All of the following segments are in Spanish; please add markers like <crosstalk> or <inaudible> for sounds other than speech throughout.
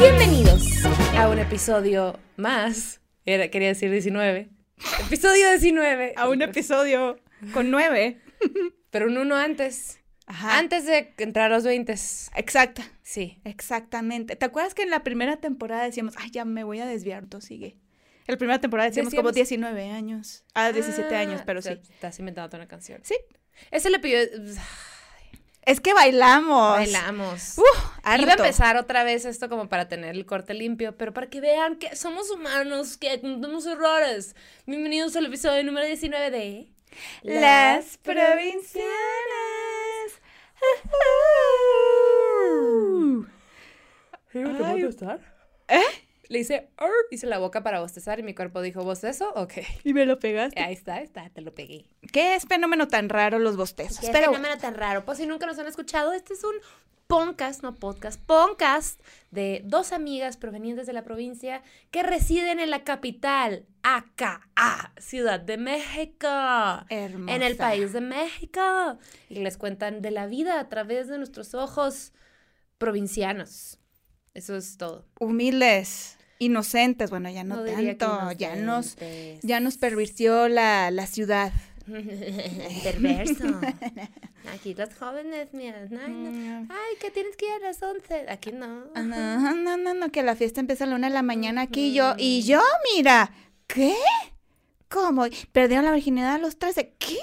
Bienvenidos a un episodio más. Era- quería decir 19. Episodio 19. a un episodio con nueve. Pero un uno antes. Ajá. Antes de entrar a los 20. Exacta. Sí. Exactamente. ¿Te acuerdas que en la primera temporada decíamos, ay, ya me voy a desviar, tú sigue? En la primera temporada decíamos, como Decíamos- 19 años. Ah, 17 años, pero sí. Estás inventando una canción. Sí. Ese le pidió. Es que bailamos. Bailamos. Uh, harto. Iba a empezar otra vez esto como para tener el corte limpio, pero para que vean que somos humanos, que cometemos errores. Bienvenidos al episodio número 19 de Las provincianas. Ay, que bostezar? ¿Eh? Le hice, "Arr", hice la boca para bostezar y mi cuerpo dijo, ¿bostezo? Ok. <laughs> Y me lo pegaste. Ahí está, ahí está, te lo pegué. ¿Qué es fenómeno tan raro los bostezos? Qué Pero fenómeno tan raro. Pues si nunca nos han escuchado, este es un podcast, no podcast, podcast de dos amigas provenientes de la provincia que residen en la capital, AKA, Ciudad de México. hermosa. En el país de México. Y les cuentan de la vida a través de nuestros ojos provincianos. Eso es todo. humildes, inocentes, bueno, ya no, diría que tanto, ya nos inocentes. ya nos pervirtió la, la ciudad. <laughs> <laughs> Perverso. Aquí los jóvenes, mira. Ay, no. Ay, que tienes que ir a las 11. Aquí no. Mm. Ah, No, no, no, no, que la fiesta empieza a la una de la mañana aquí y yo, y yo, mira, ¿qué? ¿Cómo? Perdieron la virginidad a los 13, ¿qué?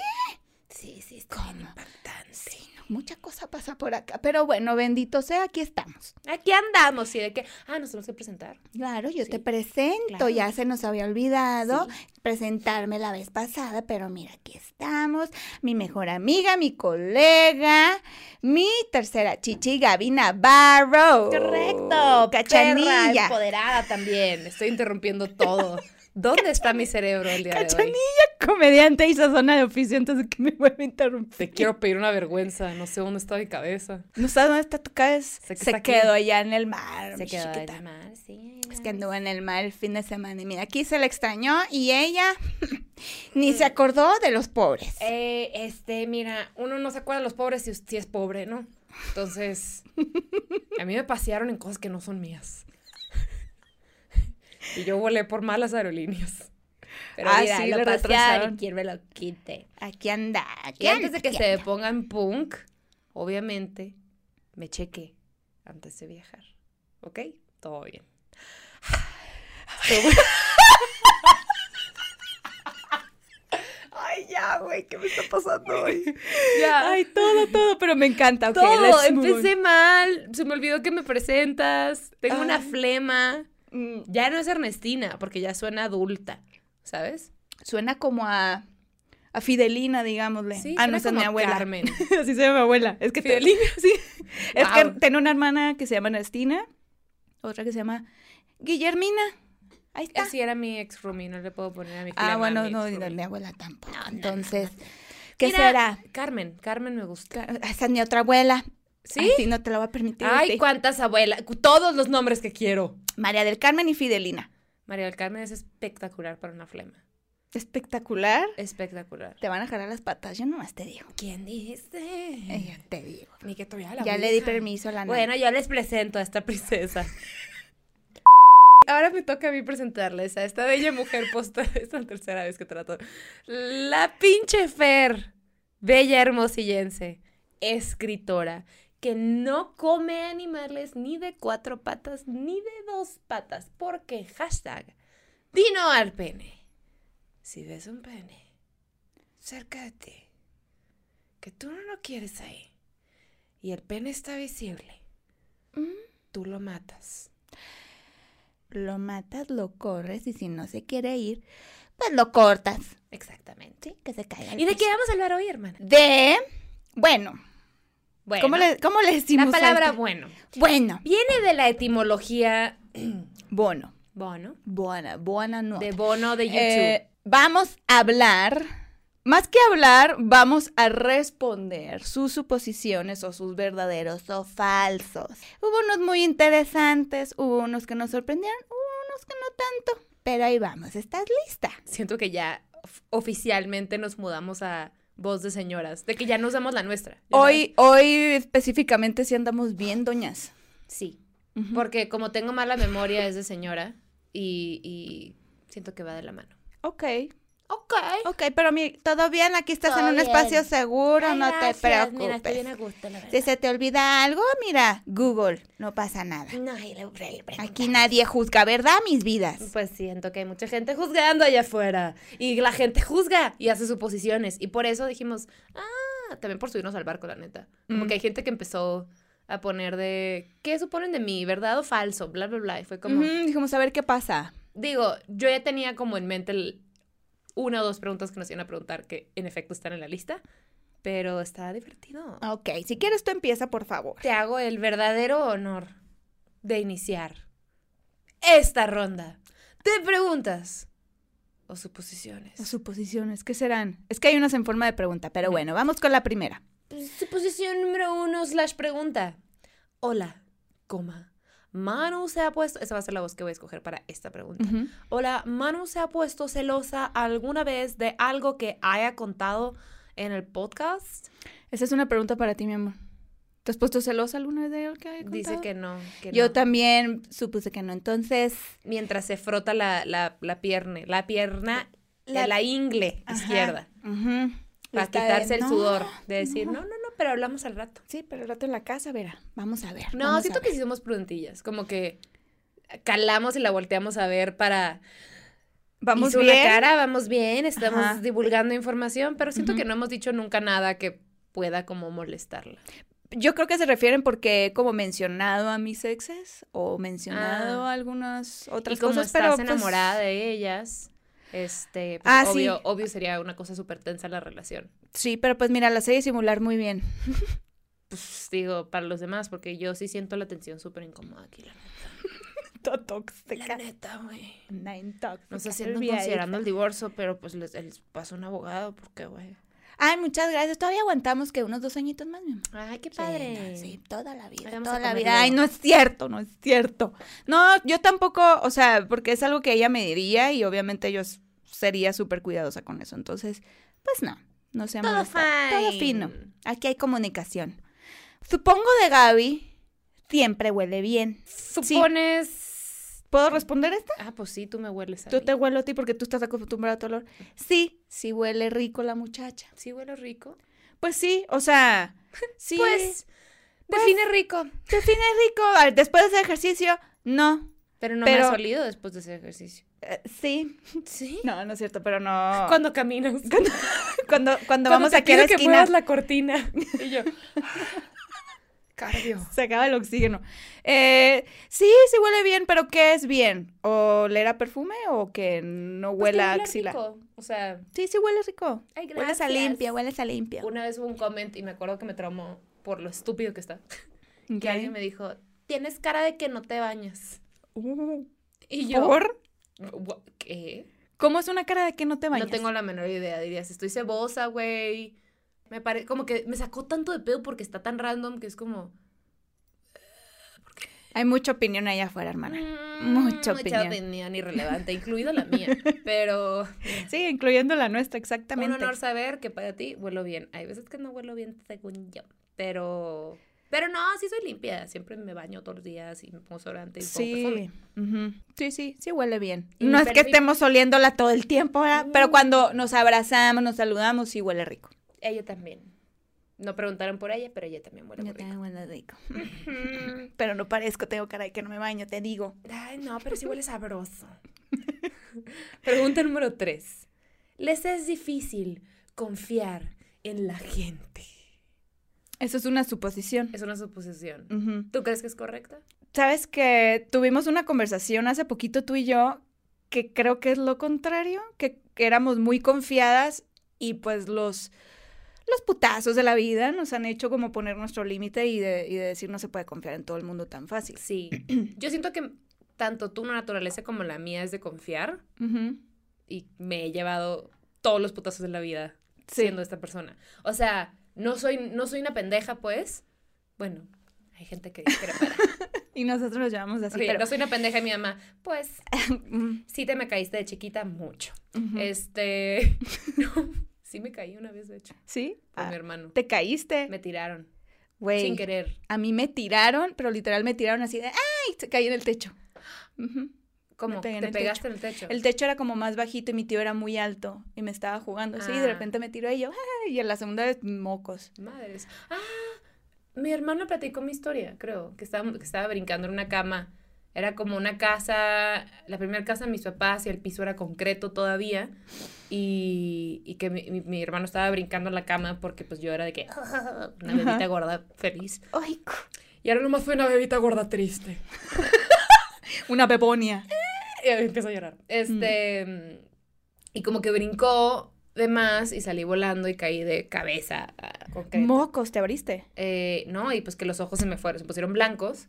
Sí, sí, está bien impactante. Sí, no, mucha cosa pasa por acá, pero bueno, bendito sea, aquí estamos. Aquí andamos y de que, ah, nos tenemos que presentar. Claro, yo Sí, te presento, claro. ya se nos había olvidado Sí. presentarme la vez pasada, pero mira, aquí estamos, mi mejor amiga, mi colega, mi tercera chichi, Gaby Navarro. Correcto. Cachanilla. Oh, Cachanilla. Empoderada también. Estoy interrumpiendo <laughs> todo. ¿Dónde está mi cerebro el día de hoy? Cachanilla. <laughs> Comediante y sazona de oficio, entonces que me vuelve a interrumpir. Te quiero pedir una vergüenza. No sé dónde está mi cabeza. No sabes dónde está tu cabeza. Sé que se está aquí. quedó allá en el mar. Se mi quedó chiquita. el mar, sí. Es que anduvo en el mar el fin de semana y mira, aquí se le extrañó y ella <laughs> ni se acordó de los pobres. Eh, este, mira, uno no se acuerda de los pobres si, us- si es pobre, ¿no? <laughs> Entonces, a mí me pasearon en cosas que no son mías. <laughs> Y yo volé por malas aerolíneas. Pero Ah, mira, sí, lo lo pasearon retrasaron. y quién me lo quite. Aquí anda. Aquí Y antes de que anda, se aquí pongan punk, obviamente, me chequé antes de viajar. ¿Ok? Todo bien. anda. Ay, ya, güey, ¿qué me está pasando hoy? <laughs> Ya. Ay, todo, todo, pero me encanta. ok, todo, let's move empecé mal, se me olvidó que me presentas, tengo una Ay. flema. on. Mm, Ya no es Ernestina, porque ya suena adulta, ¿sabes? Suena como a, a Fidelina, digámosle. ah, suena no, esa es mi como <laughs> abuela. Carmen. <laughs> Así se llama mi abuela. Es que te- Fidelina. <laughs> sí. Es que Wow. tengo una hermana que se llama Ernestina, otra que se llama Guillermina. Ahí está. Así era mi ex roomie, no le puedo poner a mi flema Ah, a bueno, mi no, ex no, roomie. mi abuela tampoco. No, no, no, Entonces, no, ¿qué Mira, será? Carmen, Carmen me gusta. Claro, Esa es mi otra abuela. ¿Sí? Sí, no te la voy a permitir. Ay, sí. cuántas abuelas, cu- todos los nombres que quiero. María del Carmen y Fidelina. María del Carmen es espectacular para una flema. Espectacular. Espectacular. Te van a jalar las patas, yo nomás te digo. ¿Quién Eh, dijiste? yo te digo. Ni que todavía la Ya le di ouija. permiso a la nana. Bueno, yo les presento a esta princesa. <laughs> Ahora me toca a mí presentarles a esta bella mujer posta. <laughs> Es la tercera vez que trato. La pinche Fer, bella hermosillense, escritora, que no come animales ni de cuatro patas ni de dos patas. Porque hashtag, dino al pene. Si ves un pene cerca de ti, que tú no lo quieres ahí, y el pene está visible, Mm. tú lo matas. Lo matas, lo corres y si no se quiere ir, pues lo cortas. Exactamente. Sí, que se caiga. el ¿Y de qué piso. vamos a hablar hoy, hermana? De. Bueno, Bueno, ¿cómo, le, ¿cómo le decimos? la a palabra este? bueno Bueno. viene de la etimología Bono. bono, Buena, buena no. de bono de YouTube. Eh, vamos a hablar, más que hablar, vamos a responder sus suposiciones o sus verdaderos o falsos. Hubo unos muy interesantes, hubo unos que nos sorprendieron, hubo unos que no tanto, pero ahí vamos, ¿estás lista? Siento que ya of- oficialmente nos mudamos a voz de señoras, de que ya nos damos la nuestra. ya Hoy, hoy específicamente sí andamos bien doñas. saben. Sí, Ujú. porque como tengo mala memoria es de señora y, y siento que va de la mano. Ok, Ok. ok, pero mi, todo bien, aquí estás Todo en un bien. espacio seguro, Ay, no te gracias, preocupes. Mira, estoy bien a gusto, la Si verdad. se te olvida algo, mira, Google, no pasa nada. No, y le- le- le pregunto. Aquí nadie juzga, ¿verdad, mis vidas? Pues siento que hay mucha gente juzgando allá afuera. Y la gente juzga y hace suposiciones. Y por eso dijimos, ah, también por subirnos al barco, la neta. Como Mm. que hay gente que empezó a poner de, ¿qué suponen de mí? ¿Verdad o falso? Bla, bla, bla. Y fue como, Ujú, dijimos, a ver qué pasa. digo, yo ya tenía como en mente el- una o dos preguntas que nos iban a preguntar que en efecto están en la lista. Pero está divertido. Ok, si quieres tú empieza, por favor. Te hago el verdadero honor de iniciar esta ronda de preguntas o Las suposiciones. Suposiciones, ¿qué serán? Es que hay unas en forma de pregunta, pero bueno, vamos con la primera. Suposición número uno slash pregunta. Hola, coma. Manu se ha puesto... Esa va a ser la voz que voy a escoger para esta pregunta. Ujú. Hola, Manu se ha puesto celosa alguna vez de algo que haya contado en el podcast. Esa es una pregunta para ti, mi amor. ¿Te has puesto celosa alguna vez de algo que haya Dice contado? que no. que Yo no. también supuse que no, entonces... Mientras se frota la, la, la pierna, la pierna, La- la, la ingle Ajá. izquierda. Ujú. Para Está de, quitarse el "No, sudor. De decir, no". no, no, no, pero hablamos al rato. Sí, pero el rato en la casa, verá. Vamos a ver. No, vamos a siento que ver. sí somos prudentillas. Como que calamos y la volteamos a ver para. Vamos hizo una bien. cara, vamos bien, estamos Ajá. divulgando información, pero siento que Ujú. no hemos dicho nunca nada que pueda como molestarla. Yo creo que se refieren porque he como mencionado a mis exes o mencionado a algunas Ah. otras y como cosas, estás pero enamorada pues, de ellas, este, pues, Ah, sí. obvio, obvio sería una cosa súper tensa la relación. sí, pero pues mira, las sé disimular <laughs> muy bien. Pues, digo, para los demás, porque yo sí siento la tensión súper incómoda aquí, la neta. La neta, güey. No sé si andan considerando el divorcio, pero pues les, les pasó un abogado, porque, güey. Ay, muchas gracias. Todavía aguantamos que unos dos añitos más, mi amor. Ay, qué Sí, padre. no, sí, toda la vida, Ahí vamos toda a la comer vida. Ay, luego. no es cierto, no es cierto. No, yo tampoco, o sea, porque es algo que ella me diría y obviamente yo s- sería súper cuidadosa con eso. Entonces, pues no, no se Todo fine. Todo fino. Aquí hay comunicación. Supongo de Gaby, siempre huele bien. Supones. ¿Puedo responder esta? Ah, pues sí, tú me hueles a Yo mí. te huelo a ti porque tú estás acostumbrada a tu olor. Sí, sí huele rico la muchacha. Sí, huelo rico. Pues sí, <laughs> o sea, sí. Pues, define rico. define rico. A ver, Después de ese ejercicio, no. Pero no me Pero- has olido después de ese ejercicio. Eh, sí. Sí. No, no es cierto, pero no. Cuando, Cuando caminas. Cuando, cuando, cuando vamos te aquí a la pido que esquina, muevas la cortina. Y yo. Pues Cardio. se acaba el oxígeno. Eh, sí, sí huele bien, pero ¿qué es bien? ¿O le era perfume o que no Pues que huela a huela axila? rico. O sea, Sí, sí huele rico. ay, gracias. Hueles a limpia, hueles a limpia. Una vez hubo un comment y me acuerdo que me traumó por lo estúpido que está. Ok. Que alguien me dijo, tienes cara de que no te bañas. Uh, Y yo, ¿Por? "Gua- ¿qué? ¿Cómo es una cara de que no te bañas? No tengo la menor idea, dirías, estoy cebosa, güey. Me parece, como que me sacó tanto de pedo porque está tan random que es como... Hay mucha opinión allá afuera, hermana. mm, mucha opinión. <laughs> irrelevante, incluida la mía. Pero Sí, incluyendo la nuestra, un exactamente. honor saber que para ti huelo bien. Hay veces que no huelo bien según yo, pero... Pero no, sí soy limpia, siempre me baño todos los días y me pongo desodorante y pongo perfume. Sí. ujú. sí, sí, sí huele bien. Y no mi es que perfil- estemos oliéndola todo el tiempo, ¿verdad? pero Mm. cuando nos abrazamos, nos saludamos, sí huele rico. Ella también. No preguntaron por ella, pero ella también huele muy rico. huele rico. <laughs> Mm. Pero no parezco, tengo cara de que no me baño, te digo. Ay, no, pero sí huele sabroso. <laughs> Pregunta número tres. ¿Les es difícil confiar en la gente? Eso es una suposición. Es una suposición. Ujú. ¿Tú crees que es correcta? Sabes que tuvimos una conversación hace poquito tú y yo que creo que es lo contrario, que, que éramos muy confiadas y pues los, los putazos de la vida nos han hecho como poner nuestro límite y de, y de decir no se puede confiar en todo el mundo tan fácil. Sí. <clears throat> Yo siento que tanto tu naturaleza como la mía es de confiar Ujú. y me he llevado todos los putazos de la vida Sí. siendo esta persona. O sea, no soy, no soy una pendeja, pues. Bueno, hay gente que discrepará. Y nosotros nos llamamos así. <laughs> Sí, pero... <laughs> No soy una pendeja de mi mamá. Pues sí te me caíste de chiquita mucho. Ujú. Este, <laughs> no, sí me caí una vez, de hecho, ¿Sí? con Ah, mi hermano. te caíste. Me tiraron, Güey, sin querer. a mí me tiraron, pero literal me tiraron así de ¡ay! Se caí en el techo. Ujú. ¿Cómo? pegué en ¿Te el pegaste en el techo? El techo era como más bajito y mi tío era muy alto y me estaba jugando así y de Ah. repente me tiró y yo ¡ay! Y a la segunda vez, mocos. Madres. Ah, mi hermano platicó mi historia, creo, que estaba, que estaba brincando en una cama. Era como una casa, la primera casa de mis papás y el piso era concreto todavía. Y, y que mi, mi- mi hermano estaba brincando en la cama porque pues yo era de que "Ah, una bebita gorda feliz. ¡Ay! cu- Y ahora nomás fue una bebita gorda triste. Una peponia. Y ahí Eh, empiezo a llorar. Este, y como que brincó de más y salí volando y caí de cabeza a concreto. Mocos, te abriste. Eh, no, y pues que los ojos se me fueron, se pusieron blancos.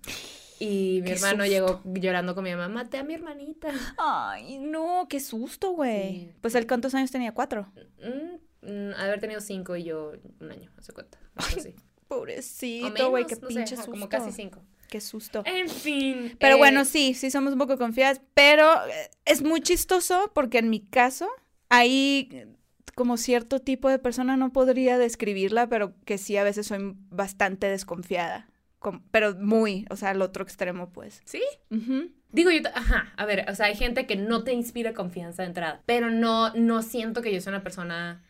Y mi Qué hermano susto. llegó llorando con mi mamá, maté a mi hermanita. Ay, no, qué susto, güey. Sí. Pues él cuántos años tenía, cuatro. Mm, mm, haber tenido cinco y yo un año, hace cuenta. Así. O Pobrecito, güey, menos, qué no sé, pinche ajá, susto. Como casi cinco. Qué susto. En fin. Pero eh, bueno, sí, sí somos un poco confiadas, pero eh, es muy chistoso porque en mi caso hay eh, como cierto tipo de persona, no podría describirla, pero que sí a veces soy bastante desconfiada, com- pero muy, o sea, al otro extremo pues. ¿Sí? Ujú. Digo yo, ta- ajá, a ver, o sea, hay gente que no te inspira confianza de entrada, pero no, no siento que yo soy una persona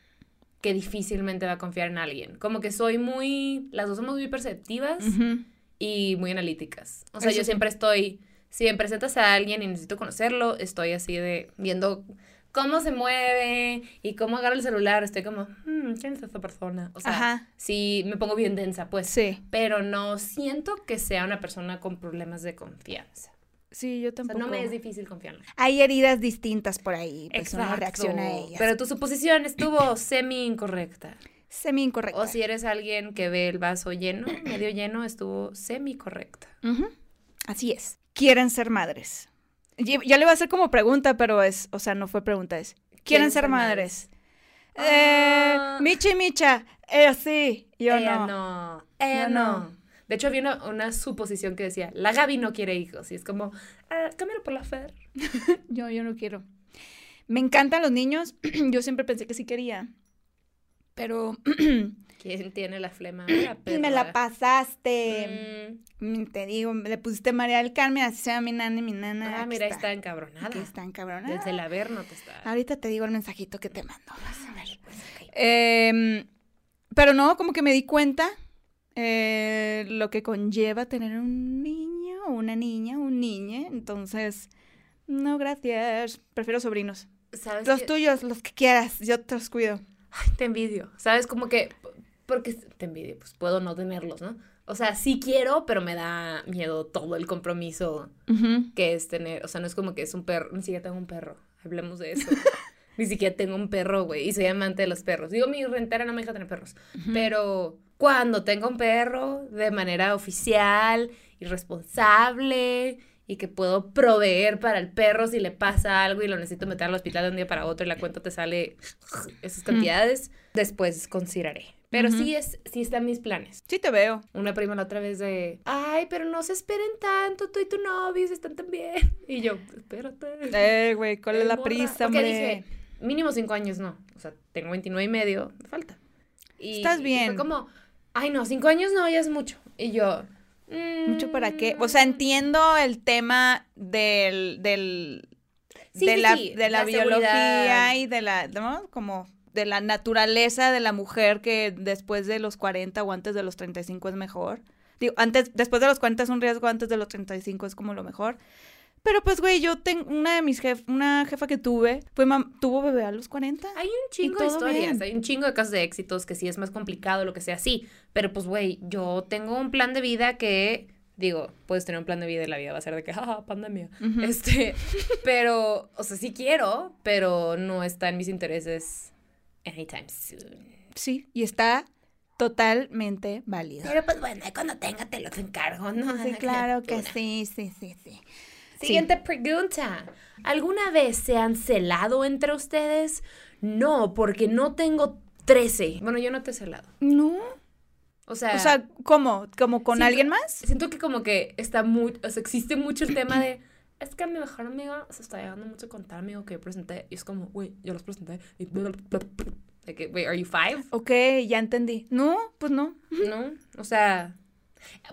que difícilmente va a confiar en alguien. Como que soy muy, las dos somos muy perceptivas. Ujú. y muy analíticas. O sea, Eso yo sí. siempre estoy, si me presentas a alguien y necesito conocerlo, estoy así de viendo cómo se mueve y cómo agarra el celular, estoy como, "Hmm, ¿quién es esta persona? O sea, Ajá, sí me pongo bien densa, pues. sí. Pero no siento que sea una persona con problemas de confianza. Sí, yo O sea, tampoco. no me es difícil confiarla. Hay heridas distintas por ahí, pues uno reacciona a ellas. Pero tu suposición estuvo semi incorrecta. Semi incorrecta. O si eres alguien que ve el vaso lleno, medio lleno, estuvo semi correcta. Ujú, Así es. Quieren ser madres. Ye- Ya le voy a hacer como pregunta, pero es, o sea, no fue pregunta, es. Quieren ser madres. Eh, Ah. Micha y Micha, eh, sí, yo Ella no. no. Ella Yo no. no. De hecho, había una, una suposición que decía, la Gaby no quiere hijos. Y es como, ah, cámbialo por la Fer. Yo, yo no quiero. Me encantan los niños, <clears throat> yo siempre pensé que sí quería, pero <clears throat> ¿Quién tiene la flema? La me perra. la pasaste. Mm. Mm, Te digo, le pusiste María del Carmen, así se llama mi nana y mi nana. Ah, aquí mira, está. está encabronada. Aquí están, cabrón. Desde el averno te está. Ahorita te digo el mensajito que te mando, vas a ver. Pues, ok. Em, pero no, como que me di cuenta eh, lo que conlleva tener un niño, una niña, un niñe. Entonces, no, gracias. Prefiero sobrinos. ¿Sabes Los qué? tuyos, los que quieras, yo te los cuido. Te envidio. ¿Sabes? Como que, porque te envidio, pues puedo no tenerlos, ¿no? O sea, sí quiero, pero me da miedo todo el compromiso que es tener, o sea, no es como que es un perro, ni siquiera tengo un perro, hablemos de eso. ni siquiera tengo un perro, güey, y soy amante de los perros. Digo, mi rentera no me deja tener perros, pero cuando tenga un perro de manera oficial y responsable y que puedo proveer para el perro si le pasa algo y lo necesito meter al hospital de un día para otro y la cuenta te sale esas cantidades, después consideraré. Pero Ujú. sí es sí están mis planes. Sí te veo. Una prima la otra vez de, ay, pero no se esperen tanto, tú y tu novio se están tan bien. <laughs> Y yo, espérate. Eh, güey, ¿cuál es Eh, la morra. prisa, Porque hombre? dije, mínimo cinco años no. O sea, tengo 29 y medio, me falta. Y, Estás y bien. fue como, ay, no, cinco años no, ya es mucho. Y yo, mm, ¿Mucho para qué? O sea, entiendo el tema del... del Sí, de, sí, la, sí, de la, la biología seguridad. y de la, ¿no? Como de la naturaleza de la mujer que después de los 40 o antes de los 35 es mejor. Digo, antes, después de los 40 es un riesgo, antes de los 35 es como lo mejor. Pero pues, güey, yo tengo una de mis jef, una jefa que tuve, fue mam- tuvo bebé a los 40. Hay un chingo de todo historias, bien. hay un chingo de casos de éxitos que sí es más complicado, lo que sea, sí. Pero pues, güey, yo tengo un plan de vida que, digo, puedes tener un plan de vida y la vida va a ser de que, jaja, pandemia. Ujú. Este, pero, o sea, sí quiero, pero no está en mis intereses anytime soon. Sí, y está totalmente válido. Pero pues bueno, ahí cuando tenga te los encargo, ¿no? <laughs> Sí, claro que Criatura. sí, sí, sí, sí. Siguiente pregunta. ¿Alguna vez se han celado entre ustedes? No, porque no tengo 13. Bueno, yo no te he celado. No, O sea, O sea, ¿cómo? ¿Como con Siento- alguien más? siento que como que está muy, o sea, existe mucho el tema de, es que a mi mejor amiga se está llegando mucho a contar, amigo, que yo presenté, y es como, güey, yo los presenté, y bla, bla, bla, bla". de que, güey, ¿are you five? Ok, ya entendí. No, pues no. ¿No? O sea,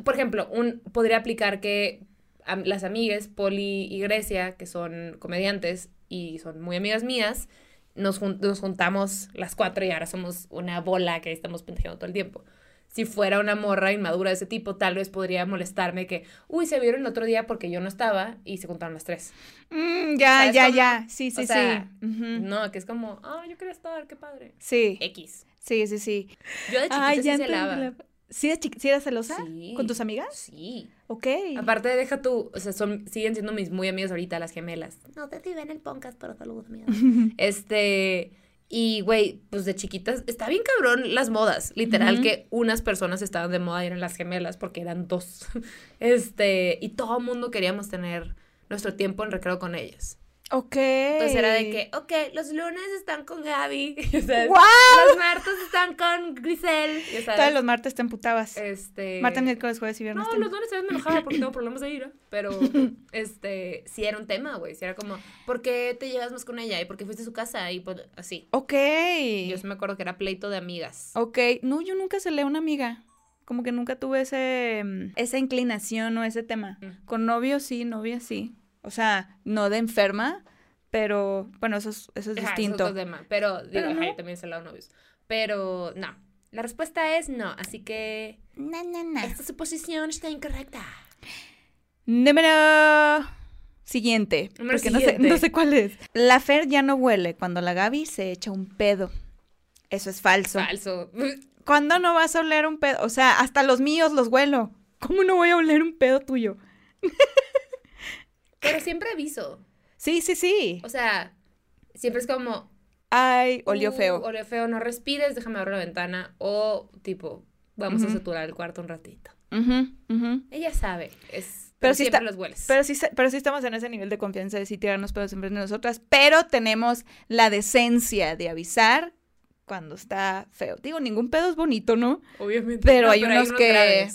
por ejemplo, un, podría aplicar que am- las amigas, Poli y Grecia, que son comediantes y son muy amigas mías, nos, jun- nos juntamos las cuatro y ahora somos una bola que estamos pendejeando todo el tiempo. Si fuera una morra inmadura de ese tipo, tal vez podría molestarme que, uy, se vieron el otro día porque yo no estaba y se juntaron las tres. Mm, ya, ¿Sabes ya, cómo? ya. Sí, O sí, sea, sí. Ujú. No, que es como, ah, yo quería estar, qué padre. Sí, X. sí, sí, sí. Yo Eh, de chiquita Ay, sí ya entendí celaba. la- ¿Sí eras chiqui- sí eras celosa? Sí. ¿Con tus amigas? Sí. Ok. Aparte, deja tú, o sea, son, siguen siendo mis muy amigas ahorita, las gemelas. No sé si ven el podcast, pero saludos, amigas. <laughs> Este, y güey, pues de chiquitas, está bien cabrón las modas. Literal, Ujú. que unas personas estaban de moda y eran las gemelas, porque eran dos. <laughs> Este, y todo el mundo queríamos tener nuestro tiempo en recreo con ellas. <laughs> Ok. Entonces era de que, ok, los lunes están con Gaby, <laughs> ya ¿sabes? ¡Guau! Los martes están con Grisel, ya sabes. Todos los martes te emputabas. Este... Martes, miércoles, jueves y viernes. No, te- los dones a veces me enojaba porque tengo problemas de ira, <laughs> pero este, sí era un tema, güey, sí era como, ¿por qué te llevas más con ella? ¿Y por qué fuiste a su casa? Y por- así. Ok. Yo sí me acuerdo que era pleito de amigas. Ok. No, yo nunca celé a una amiga. Como que nunca tuve ese, mm, esa inclinación o ese tema. Mm. Con novio sí, novia sí. O sea, no de enferma, pero bueno, eso es, eso Ajá, es eso distinto. otro tema, pero digo, Pero ajá, no. yo también se lado novios. Pero no, la respuesta es no, así que Na, na, na. esta suposición está incorrecta. Número siguiente. Número porque no sé- siguiente. No, sé, cuál es. La Fer ya no huele cuando la Gaby se echa un pedo. Eso es falso. Falso. ¿Cuándo no vas a oler un pedo? O sea, hasta los míos los huelo. ¿Cómo no voy a oler un pedo tuyo? Pero siempre aviso. Sí, sí, sí. O sea, siempre es como, Ay, olió "Uh, feo. Olió feo, no respires, déjame abrir la ventana. O tipo, vamos a Ujú. saturar el cuarto un ratito. Ujú, ujú. Ella sabe, es, pero, Pero sí siempre está- los hueles. Pero sí, se- pero sí estamos en ese nivel de confianza de sí tirarnos pedos en frente de nosotras, pero tenemos la decencia de avisar cuando está feo. Digo, ningún pedo es bonito, ¿no? Obviamente. pero hay unos que-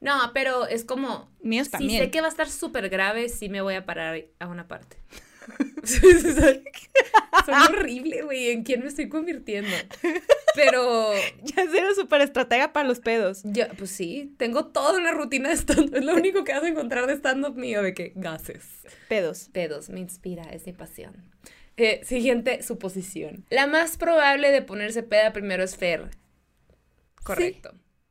No, pero es como, Míos si también. sé que va a estar súper grave, sí me voy a parar a una parte. <laughs> <laughs> Son horrible, güey, ¿en quién me estoy convirtiendo? Pero <laughs> Ya eres súper estratega para los pedos. yo, pues sí, tengo toda una rutina de stand-up. Es lo único que vas a encontrar de stand-up mío, de que gases. Pedos. Pedos, me inspira, es mi pasión. Eh, siguiente suposición. La más probable de ponerse peda primero es Fer. Correcto.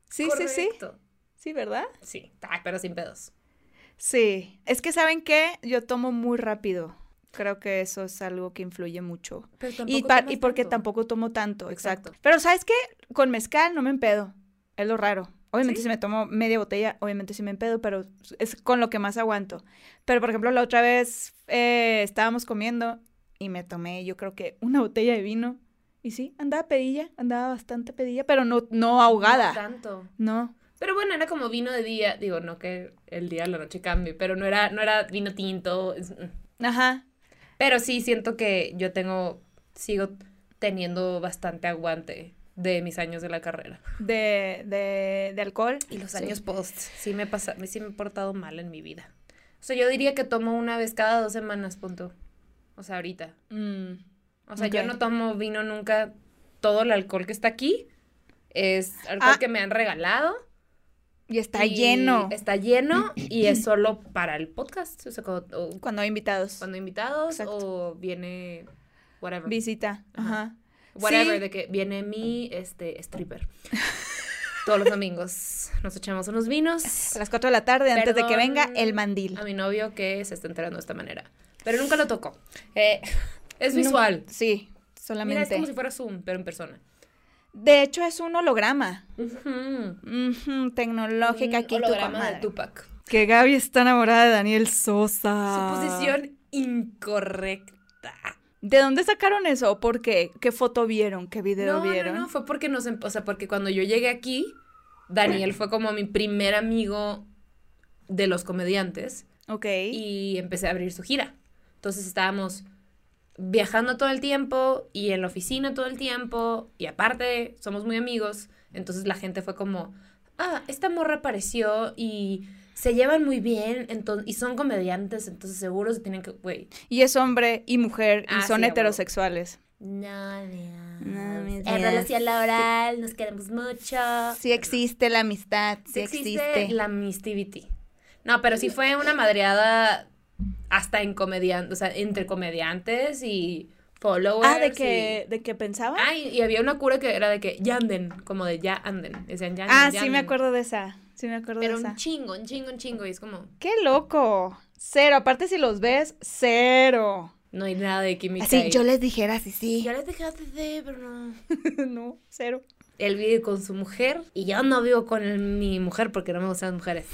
Sí, sí, sí. Correcto. Sí, ¿verdad? Sí, ah, pero sin pedos. Sí. Es que, ¿saben qué? Yo tomo muy rápido. Creo que eso es algo que influye mucho. Y, pa- y porque tampoco tomo tanto, exacto. Exacto. Pero, ¿sabes qué? Con mezcal no me empedo. Es lo raro. Obviamente Sí. si me tomo media botella, obviamente sí me empedo, pero es con lo que más aguanto. Pero, por ejemplo, la otra vez eh, estábamos comiendo y me tomé, yo creo que una botella de vino. Y sí, andaba pedilla, andaba bastante pedilla, pero no, no ahogada. No tanto. No. Pero bueno, era como vino de día. Digo, no que el día a la noche cambie, pero no era, no era vino tinto. es- mm. Ajá. Pero sí siento que yo tengo, sigo teniendo bastante aguante de mis años de la carrera. De, de, de alcohol. Y los Sí. años post. Sí me, pasa, sí me he portado mal en mi vida. O sea, yo diría que tomo una vez cada dos semanas, punto. O sea, ahorita. Mm. O sea, Ok. yo no tomo vino nunca. Todo el alcohol que está aquí es alcohol Ah. que me han regalado. Y está y lleno Está lleno y es solo para el podcast. O sea, cuando, o cuando hay invitados. cuando invitados Exacto. o viene whatever. Visita. Ajá. Ajá. whatever, Sí. de que viene mi este, stripper. <laughs> Todos los domingos nos echamos unos vinos. A las 4 de la tarde, antes de que Perdón venga el mandil. A mi novio que se está enterando de esta manera. Pero nunca lo tocó. Eh, <laughs> es No, visual. sí, Mira, es solamente. como si fuera Zoom, pero en persona. De hecho, es un holograma. Ujú. Ujú, tecnológica Un aquí. tu holograma de comadre. Tupac. Que Gaby está enamorada de Daniel Sosa. Suposición incorrecta. ¿De dónde sacaron eso? ¿Por qué? ¿Qué foto vieron? ¿Qué video No, vieron? no, no, fue porque nos, em- o sea, porque cuando yo llegué aquí, Daniel fue como mi primer amigo de los comediantes Ok. y empecé a abrir su gira. Entonces estábamos viajando todo el tiempo y en la oficina todo el tiempo y aparte somos muy amigos Entonces la gente fue como, ah, esta morra apareció y se llevan muy bien entonces, y son comediantes, entonces seguro se tienen que, güey, Y es hombre y mujer y Ah, sí, a son huevo. heterosexuales. no, No, mi mi Dios. En relación laboral, nos queremos mucho. Sí existe la amistad, sí, Sí existe. Ah, la mistivity. No, pero sí fue una madreada hasta en comediantes, o sea, entre comediantes y followers. Ah, de que, de que pensaba. y... Ah, y, y había una cura que era de que ya anden, como de ya anden. Decían ya anden. Ah, ya sí me anden". acuerdo de esa. Sí me acuerdo Pero de esa. un chingo, un chingo, un chingo. Y es como, ¡Qué loco! Cero. Aparte, si los ves, cero. no hay nada de química. ahí. les dijera, sí, sí. Yo les dejé de, pero no. <laughs> no, cero. Él vive con su mujer y yo no vivo con el- mi mujer porque no me gustan las <laughs> mujeres.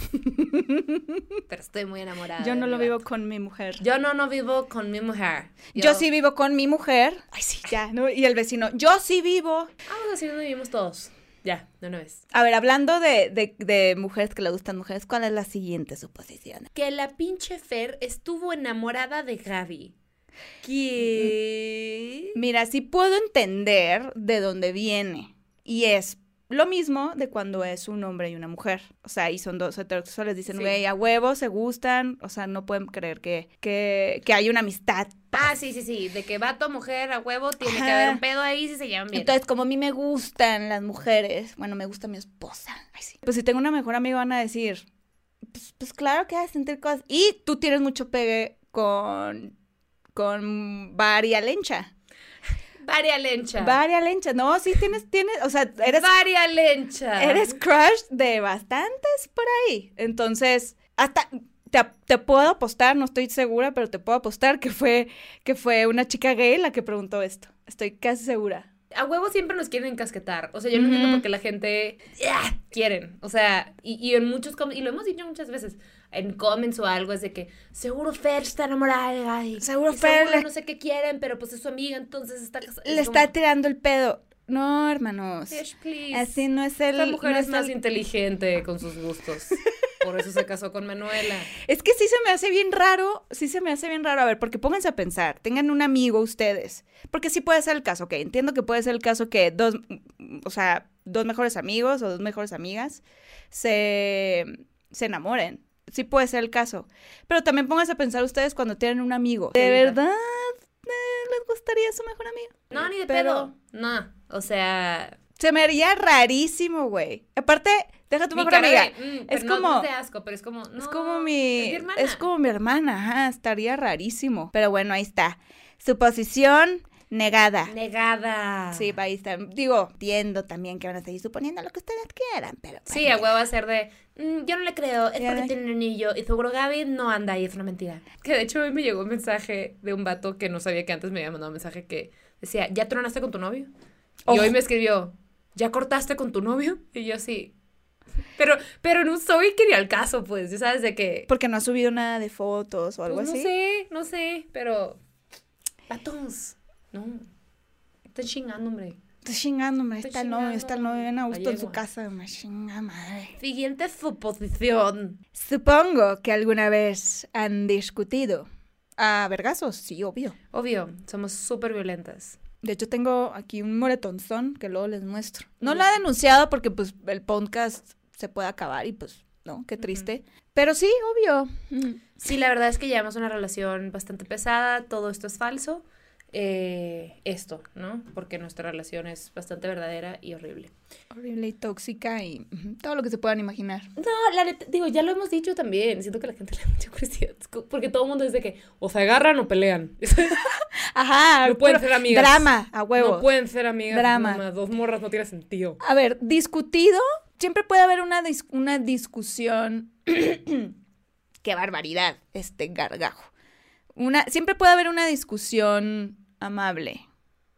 pero estoy muy enamorada. Yo de no mi lo vato. vivo con mi mujer. Yo no, no vivo con mi mujer. Yo, sí vivo con mi mujer. Ay, sí, ya, ¿no? Y el vecino, yo sí vivo. Vamos a decir dónde vivimos todos. Ya, de una vez. A ver, hablando de, de- de mujeres que le gustan mujeres, ¿cuál es la siguiente suposición? Que la pinche Fer estuvo enamorada de Gaby. ¿Qué? Mira, sí puedo entender de dónde viene. Y es lo mismo de cuando es un hombre y una mujer. O sea, y son dos heterosexuales. Dicen, Sí. güey, a huevo, se gustan. O sea, no pueden creer que, que, que hay una amistad. Ah, sí, sí, sí. De que vato, mujer, a huevo, tiene que Ajá. haber un pedo ahí si se llevan bien. Entonces, como a mí me gustan las mujeres, bueno, me gusta mi esposa. Ay, sí. Pues si tengo una mejor amiga, van a decir, pues, pues claro que vas a sentir cosas. Y tú tienes mucho pegue con, con Varia Lencha. Varia lencha. Varia Lencha, no, sí tienes, tienes, o sea, eres, Varia lencha. eres crush de bastantes por ahí. Entonces, hasta... Te, te puedo apostar, no estoy segura, pero te puedo apostar que fue, que fue una chica gay la que preguntó esto. Estoy casi segura. A huevo siempre nos quieren casquetar. O sea, yo no Ujú. entiendo por qué la gente. ¡Ah! Quieren. O sea, y, y en muchos com- Y lo hemos dicho muchas veces. En comments o algo es de que. Seguro Fer está enamorada de Gaby. Seguro y Fer seguro le- no sé qué quieren, pero pues es su amiga, entonces está casada. le Es está como, tirando el pedo. No, hermanos. "Fish, please". Así no es el. Esta mujer no es es más el- inteligente con sus gustos. Por eso se casó con Manuela. Es que sí se me hace bien raro. Sí se me hace bien raro. A ver, porque pónganse a pensar. Tengan un amigo ustedes. Porque sí puede ser el caso, ok. Entiendo que puede ser el caso que dos. mm, O sea, dos mejores amigos o dos mejores amigas se, se enamoren. Sí puede ser el caso. Pero también pónganse a pensar ustedes cuando tienen un amigo. ¿De Ahorita. verdad eh, les gustaría su mejor amigo? No, ni de Pero- pedo. No. O sea. Se me haría rarísimo, güey. Aparte, deja tu mi mejor cara amiga. de, "Mm", Es pero no- no como- de asco, pero es como. Es "No, como mi. Es, mi hermana". Es como mi hermana, ajá, estaría rarísimo. Pero bueno, ahí está. Suposición negada. Negada. Sí, ahí está. Digo, entiendo también que van a seguir suponiendo lo que ustedes quieran, pero. Sí, bueno. a huevo va a ser de, "Mm, yo no le creo, es Ya porque no- tiene un anillo y seguro Gaby no anda ahí, es una mentira. Que de hecho hoy me llegó un mensaje de un vato que no sabía que antes me había mandado un mensaje que decía, ¿ya tronaste con tu novio? Y Ojo. hoy me escribió, ¿ya cortaste con tu novio? Y yo sí. Pero, pero no soy que ni al caso, pues, ya sabes de que... Porque no ha subido nada de fotos o algo pues, no así. sé, no sé, pero... Vatos, no. Están chingando, hombre. Estoy chingando, hombre. Estoy Está el novio, chingando, está el novio bien a la gusto en su yegua. casa. Me chinga madre. Siguiente suposición. Supongo que alguna vez han discutido. A vergazos, sí, obvio. Obvio, somos súper violentas. De hecho, tengo aquí un moretonzón que luego les muestro. No la he denunciado porque, pues, el podcast se puede acabar y, pues, no, qué triste. Pero sí, obvio. Sí, la verdad es que llevamos una relación bastante pesada, todo esto es falso. eh, esto, ¿no? Porque nuestra relación es bastante verdadera y horrible. Horrible y tóxica y ujú, todo lo que se puedan imaginar. No, la neta, digo, ya lo hemos dicho también. Siento que a la gente <laughs> le da mucha curiosidad. es co- Porque todo el mundo dice que o se agarran o pelean. <laughs> Ajá. No pueden pero- ser amigas. Drama, a huevo. No pueden ser amigas. Drama. Drama. Dos morras no tiene sentido. A ver, discutido, siempre puede haber una, dis- una discusión. <clears throat> Qué barbaridad, este gargajo. Una, siempre puede haber una discusión amable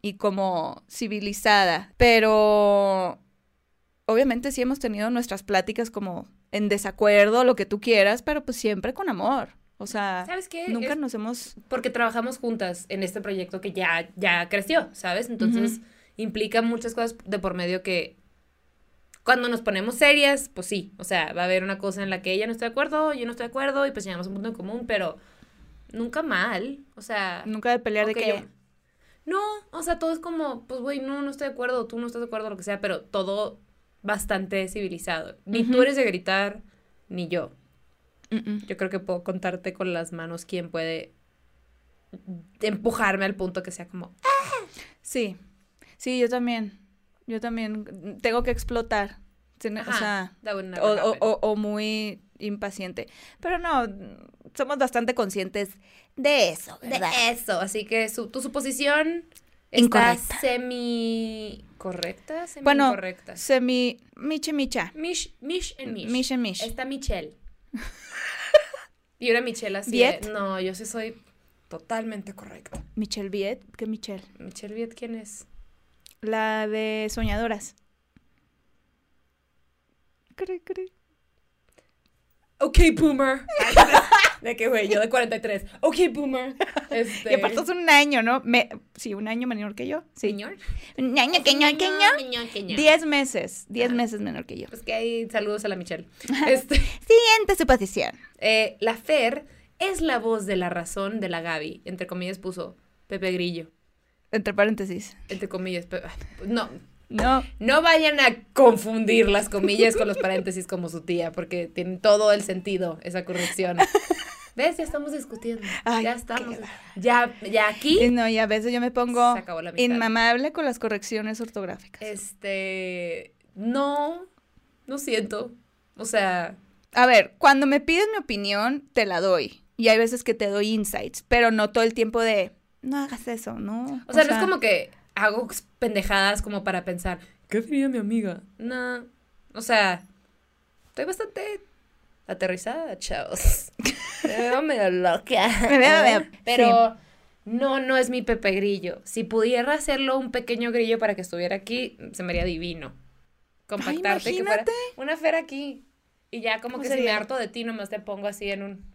y como civilizada, pero obviamente sí hemos tenido nuestras pláticas como en desacuerdo, lo que tú quieras, pero pues siempre con amor. O sea, ¿Sabes qué? nunca Es nos hemos... porque trabajamos juntas en este proyecto que ya, ya creció, ¿sabes? Entonces implica muchas cosas de por medio que cuando nos ponemos serias, pues sí, o sea, va a haber una cosa en la que ella no está de acuerdo, yo no estoy de acuerdo y pues llegamos a un punto en común, pero nunca mal, o sea... Nunca de pelear Ah, ok, de que... yo- No, o sea, todo es como, pues güey, no, no estoy de acuerdo, tú no estás de acuerdo, lo que sea, pero todo bastante civilizado. Ni tú Ujú. eres de gritar, ni yo. Mm-mm. Yo creo que puedo contarte con las manos quién puede empujarme al punto que sea como, Sí, sí, yo también. Yo también tengo que explotar. Tiene- O Ajá, sea, that would never o, o- happen. o- o muy impaciente. Pero no, somos bastante conscientes de eso, de ¿verdad? eso. Así que su- tu suposición está Incorrecta. semi correcta, semi Bueno, incorrecta. Semi, micha micha. Mish, mish and mish. Micha micha. Está <laughs> Michelle. y una Michelle así. de, ¿Viet? no, yo sí soy totalmente correcta. Michelle Viet, ¿qué Michelle? Michelle Viet, ¿quién es? La de Soñadoras. Cri, cri. Ok, boomer. <laughs> de que, güey, yo de 43. Ok, boomer. Este... <laughs> Y aparte es un año, ¿no? Me, sí, un año menor que yo. Sí. Señor. Un año, Ah. que ño, que ño. Diez meses. Diez meses menor que yo. Pues que hay saludos a la Michelle. <laughs> Este, Siguiente suposición. eh, la Fer es la voz de la razón de la Gaby. Entre comillas puso Pepe Grillo. Entre paréntesis. Entre comillas. Pe- No, No. No vayan a confundir las comillas con los paréntesis como su tía, porque tienen todo el sentido esa corrección. ¿Ves? Ya estamos discutiendo. Ay, ya qué estamos. bárbaro. Ya, ya Y aquí. no, y a veces yo me pongo Se acabó la mitad. inmamable con las correcciones ortográficas. Este. No. No siento. O sea. A ver, cuando me pides mi opinión, te la doy. Y hay veces que te doy insights, pero no todo el tiempo de, no hagas eso, no. O sea, no es como que hago pendejadas como para pensar. ¿Qué diría mi amiga? No. O sea. Estoy bastante aterrizada, <laughs> chavos. Me veo medio loca. Me veo medio- <laughs> Pero no, no es mi Pepe Grillo. Si pudiera hacerlo un pequeño grillo para que estuviera aquí, se me haría divino. Compactarte y que fuera imagínate. una fera aquí. Y ya como ¿Cómo que si me sería? harto de ti, nomás te pongo así en un...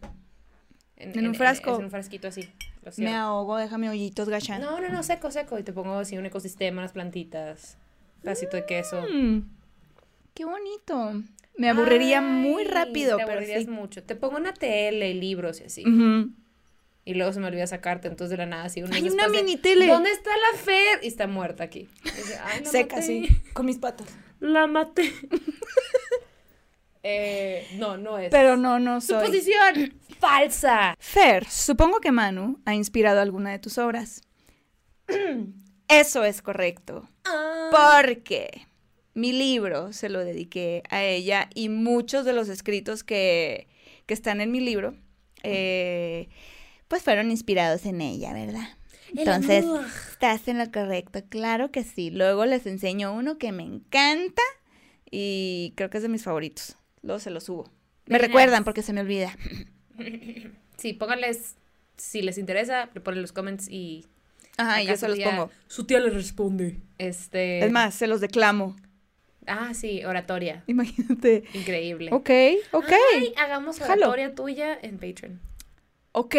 En un frasco. En, un frasquito así. lo Me cierro. ahogo, déjame hoyitos, gachán. No, no, no, seco, seco. Y te pongo así un ecosistema, unas plantitas, pedacito de queso. Mm, qué bonito. Me aburriría muy Ay, rápido, te pero aburrirías sí. mucho. Te pongo una tele, y libros y así. Ujú. Y luego se me olvida sacarte, entonces de la nada así un mes Hay una después de, mini tele. ¿Dónde está la Fer? Y está muerta aquí. Y dice, "Ay, la Seca, maté". <laughs> sí. Con mis patas. La maté. <laughs> Eh, no, no es. Pero no, no Su soy. posición falsa. Fer, supongo que Manu ha inspirado alguna de tus <clears throat> obras. Eso es correcto. Porque mi libro se lo dediqué a ella y muchos de los escritos que, que están en mi libro, eh, pues fueron inspirados en ella, ¿verdad? Ah. Entonces, estás en lo correcto, claro que sí. Luego les enseño uno que me encanta y creo que es de mis favoritos. Luego se lo subo. Me Verás. recuerdan porque se me olvida. Sí, pónganles, si les interesa, le ponen los comments y... Ajá, Ah, y acá yo su se los tía- pongo. Su tía le responde. Este... Es más, se los declamo. <laughs> Ah, sí, oratoria. Imagínate. Increíble. Ok, ok. Ay, hagamos Jalo. oratoria tuya en Patreon. Ok,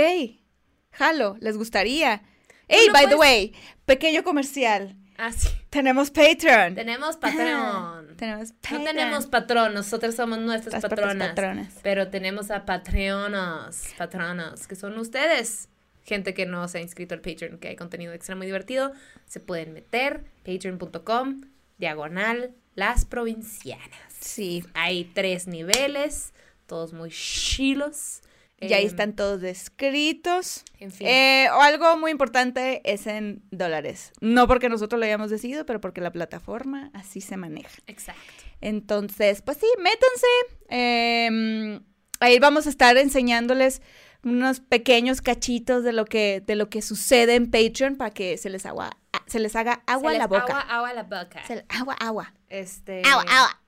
jalo, les gustaría. Hey, no by the puedes- way, pequeño comercial. Ah, <laughs> sí. Tenemos Patreon. <laughs> Tenemos Ah, Patreon. tenemos No Patreon. tenemos patrón, nosotros somos nuestras Las propias patronas. patronas. Pero tenemos a patreonas, patronas, que son ustedes. Gente que no se ha inscrito al Patreon, que hay contenido extra muy divertido. Se pueden meter, patreon.com, diagonal, las provincianas. Sí, Hay tres niveles, todos muy chilos. y ahí Em, están todos descritos. En fin. Eh, o algo muy importante es en dólares. No porque nosotros lo hayamos decidido, pero porque la plataforma así se maneja. Exacto. Entonces, pues sí, métanse. Em, ahí vamos a estar enseñándoles unos pequeños cachitos de lo que, de lo que sucede en Patreon para que se les agua, a- se les haga agua Se a la les boca. Agua, agua a la boca. Se le- agua, agua. Este. Agua, agua.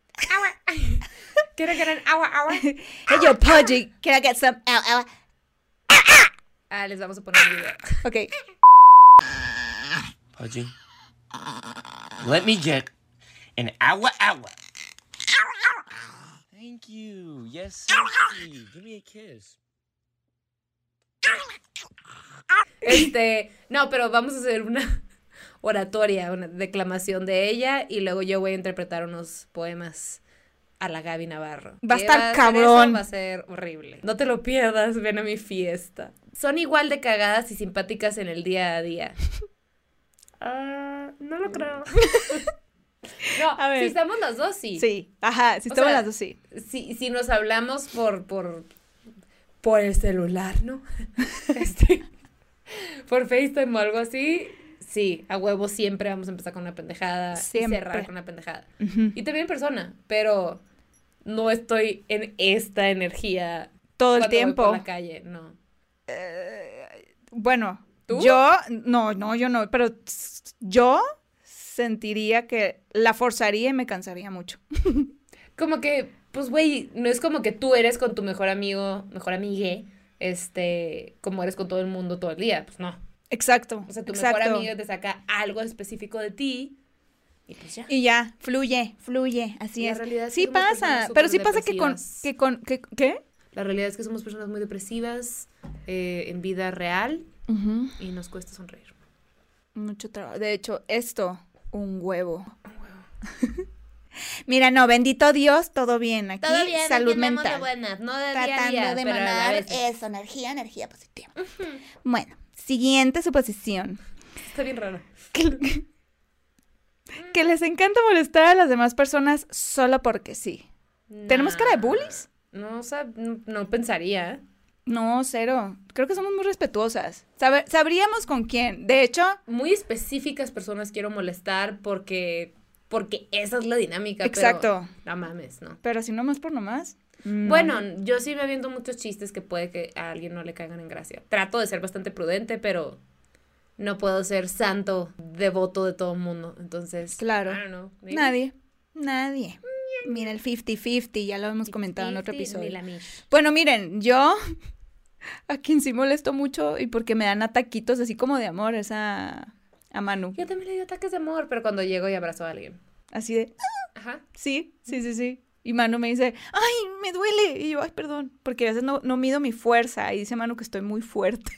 Quiero que eran agua, <laughs> agua. Hey, yo, Pudgy, can I get some agua, agua? Ah, les vamos a poner un video. Ok. Pudgy. Let me get an hour hour. Thank you. Yes, Sophie. Give me a kiss. Este, no, pero vamos a hacer una <laughs> oratoria, una declamación de ella y luego yo voy a interpretar unos poemas a la Gaby Navarro. Va a ¿Qué estar hacer cabrón. eso? Va a ser horrible. No te lo pierdas, ven a mi fiesta. Son igual de cagadas y simpáticas en el día a día. Ah, no lo creo. <laughs> No, A ver. si estamos las dos, sí. Sí, ajá, si O estaban sea, las dos, sí. Si, si nos hablamos por, por, por el celular, ¿no? <laughs> Este, por FaceTime o algo así, sí, a huevo siempre vamos a empezar con una pendejada y Siempre. cerrar con una pendejada. Ujú. Y también en persona, pero no estoy en esta energía Todo el cuando voy tiempo. por la calle, no. Bueno, ¿Tú? yo, no, no, yo no, pero s- yo sentiría que la forzaría y me cansaría mucho. Como que, pues, güey, no es como que tú eres con tu mejor amigo, mejor amigue, este, como eres con todo el mundo todo el día, pues no. Exacto. O sea, tu exacto. mejor amigo te saca algo específico de ti y pues ya. Y ya, fluye, fluye, así La es. realidad es que sí somos personas pasa, súper pero sí pasa que con, depresivas. que con, que, ¿qué? La realidad es que somos personas muy depresivas eh, en vida real y nos cuesta sonreír. Mucho trabajo. De hecho, esto, un huevo. <laughs> Mira, no, bendito Dios, todo bien aquí. salud mental. buenas, no de tratando de emanar esa energía, energía positiva. Bueno, siguiente suposición. Está bien raro. Que, que les encanta molestar a las demás personas solo porque sí. ¿Tenemos cara de bullies? No, o sea, no, no pensaría. No, cero. Creo que somos muy respetuosas. Sabe- sabríamos con quién. De hecho, Muy específicas personas quiero molestar porque porque esa es la dinámica. pero Exacto. la mames, ¿no? pero si no más por nomás. no. Bueno, yo sí me aviento muchos chistes que puede que a alguien no le caigan en gracia. Trato de ser bastante prudente, pero no puedo ser santo, devoto de todo el mundo. Entonces, Claro. I don't know, maybe Nadie. Nadie. Mira, el 50-50, ya lo hemos comentado en otro 50-50 episodio. ni la mish. Bueno, miren, yo a quien sí molesto mucho y porque me dan ataquitos así como de amor es a, a Manu. Yo también le doy ataques de amor, pero cuando llego y abrazo a alguien. Así de, <laughs> Ajá. sí, sí, sí, sí. Y Manu me dice, ay, me duele. Y yo, ay, perdón, porque a veces no, no mido mi fuerza. Y dice Manu que estoy muy fuerte.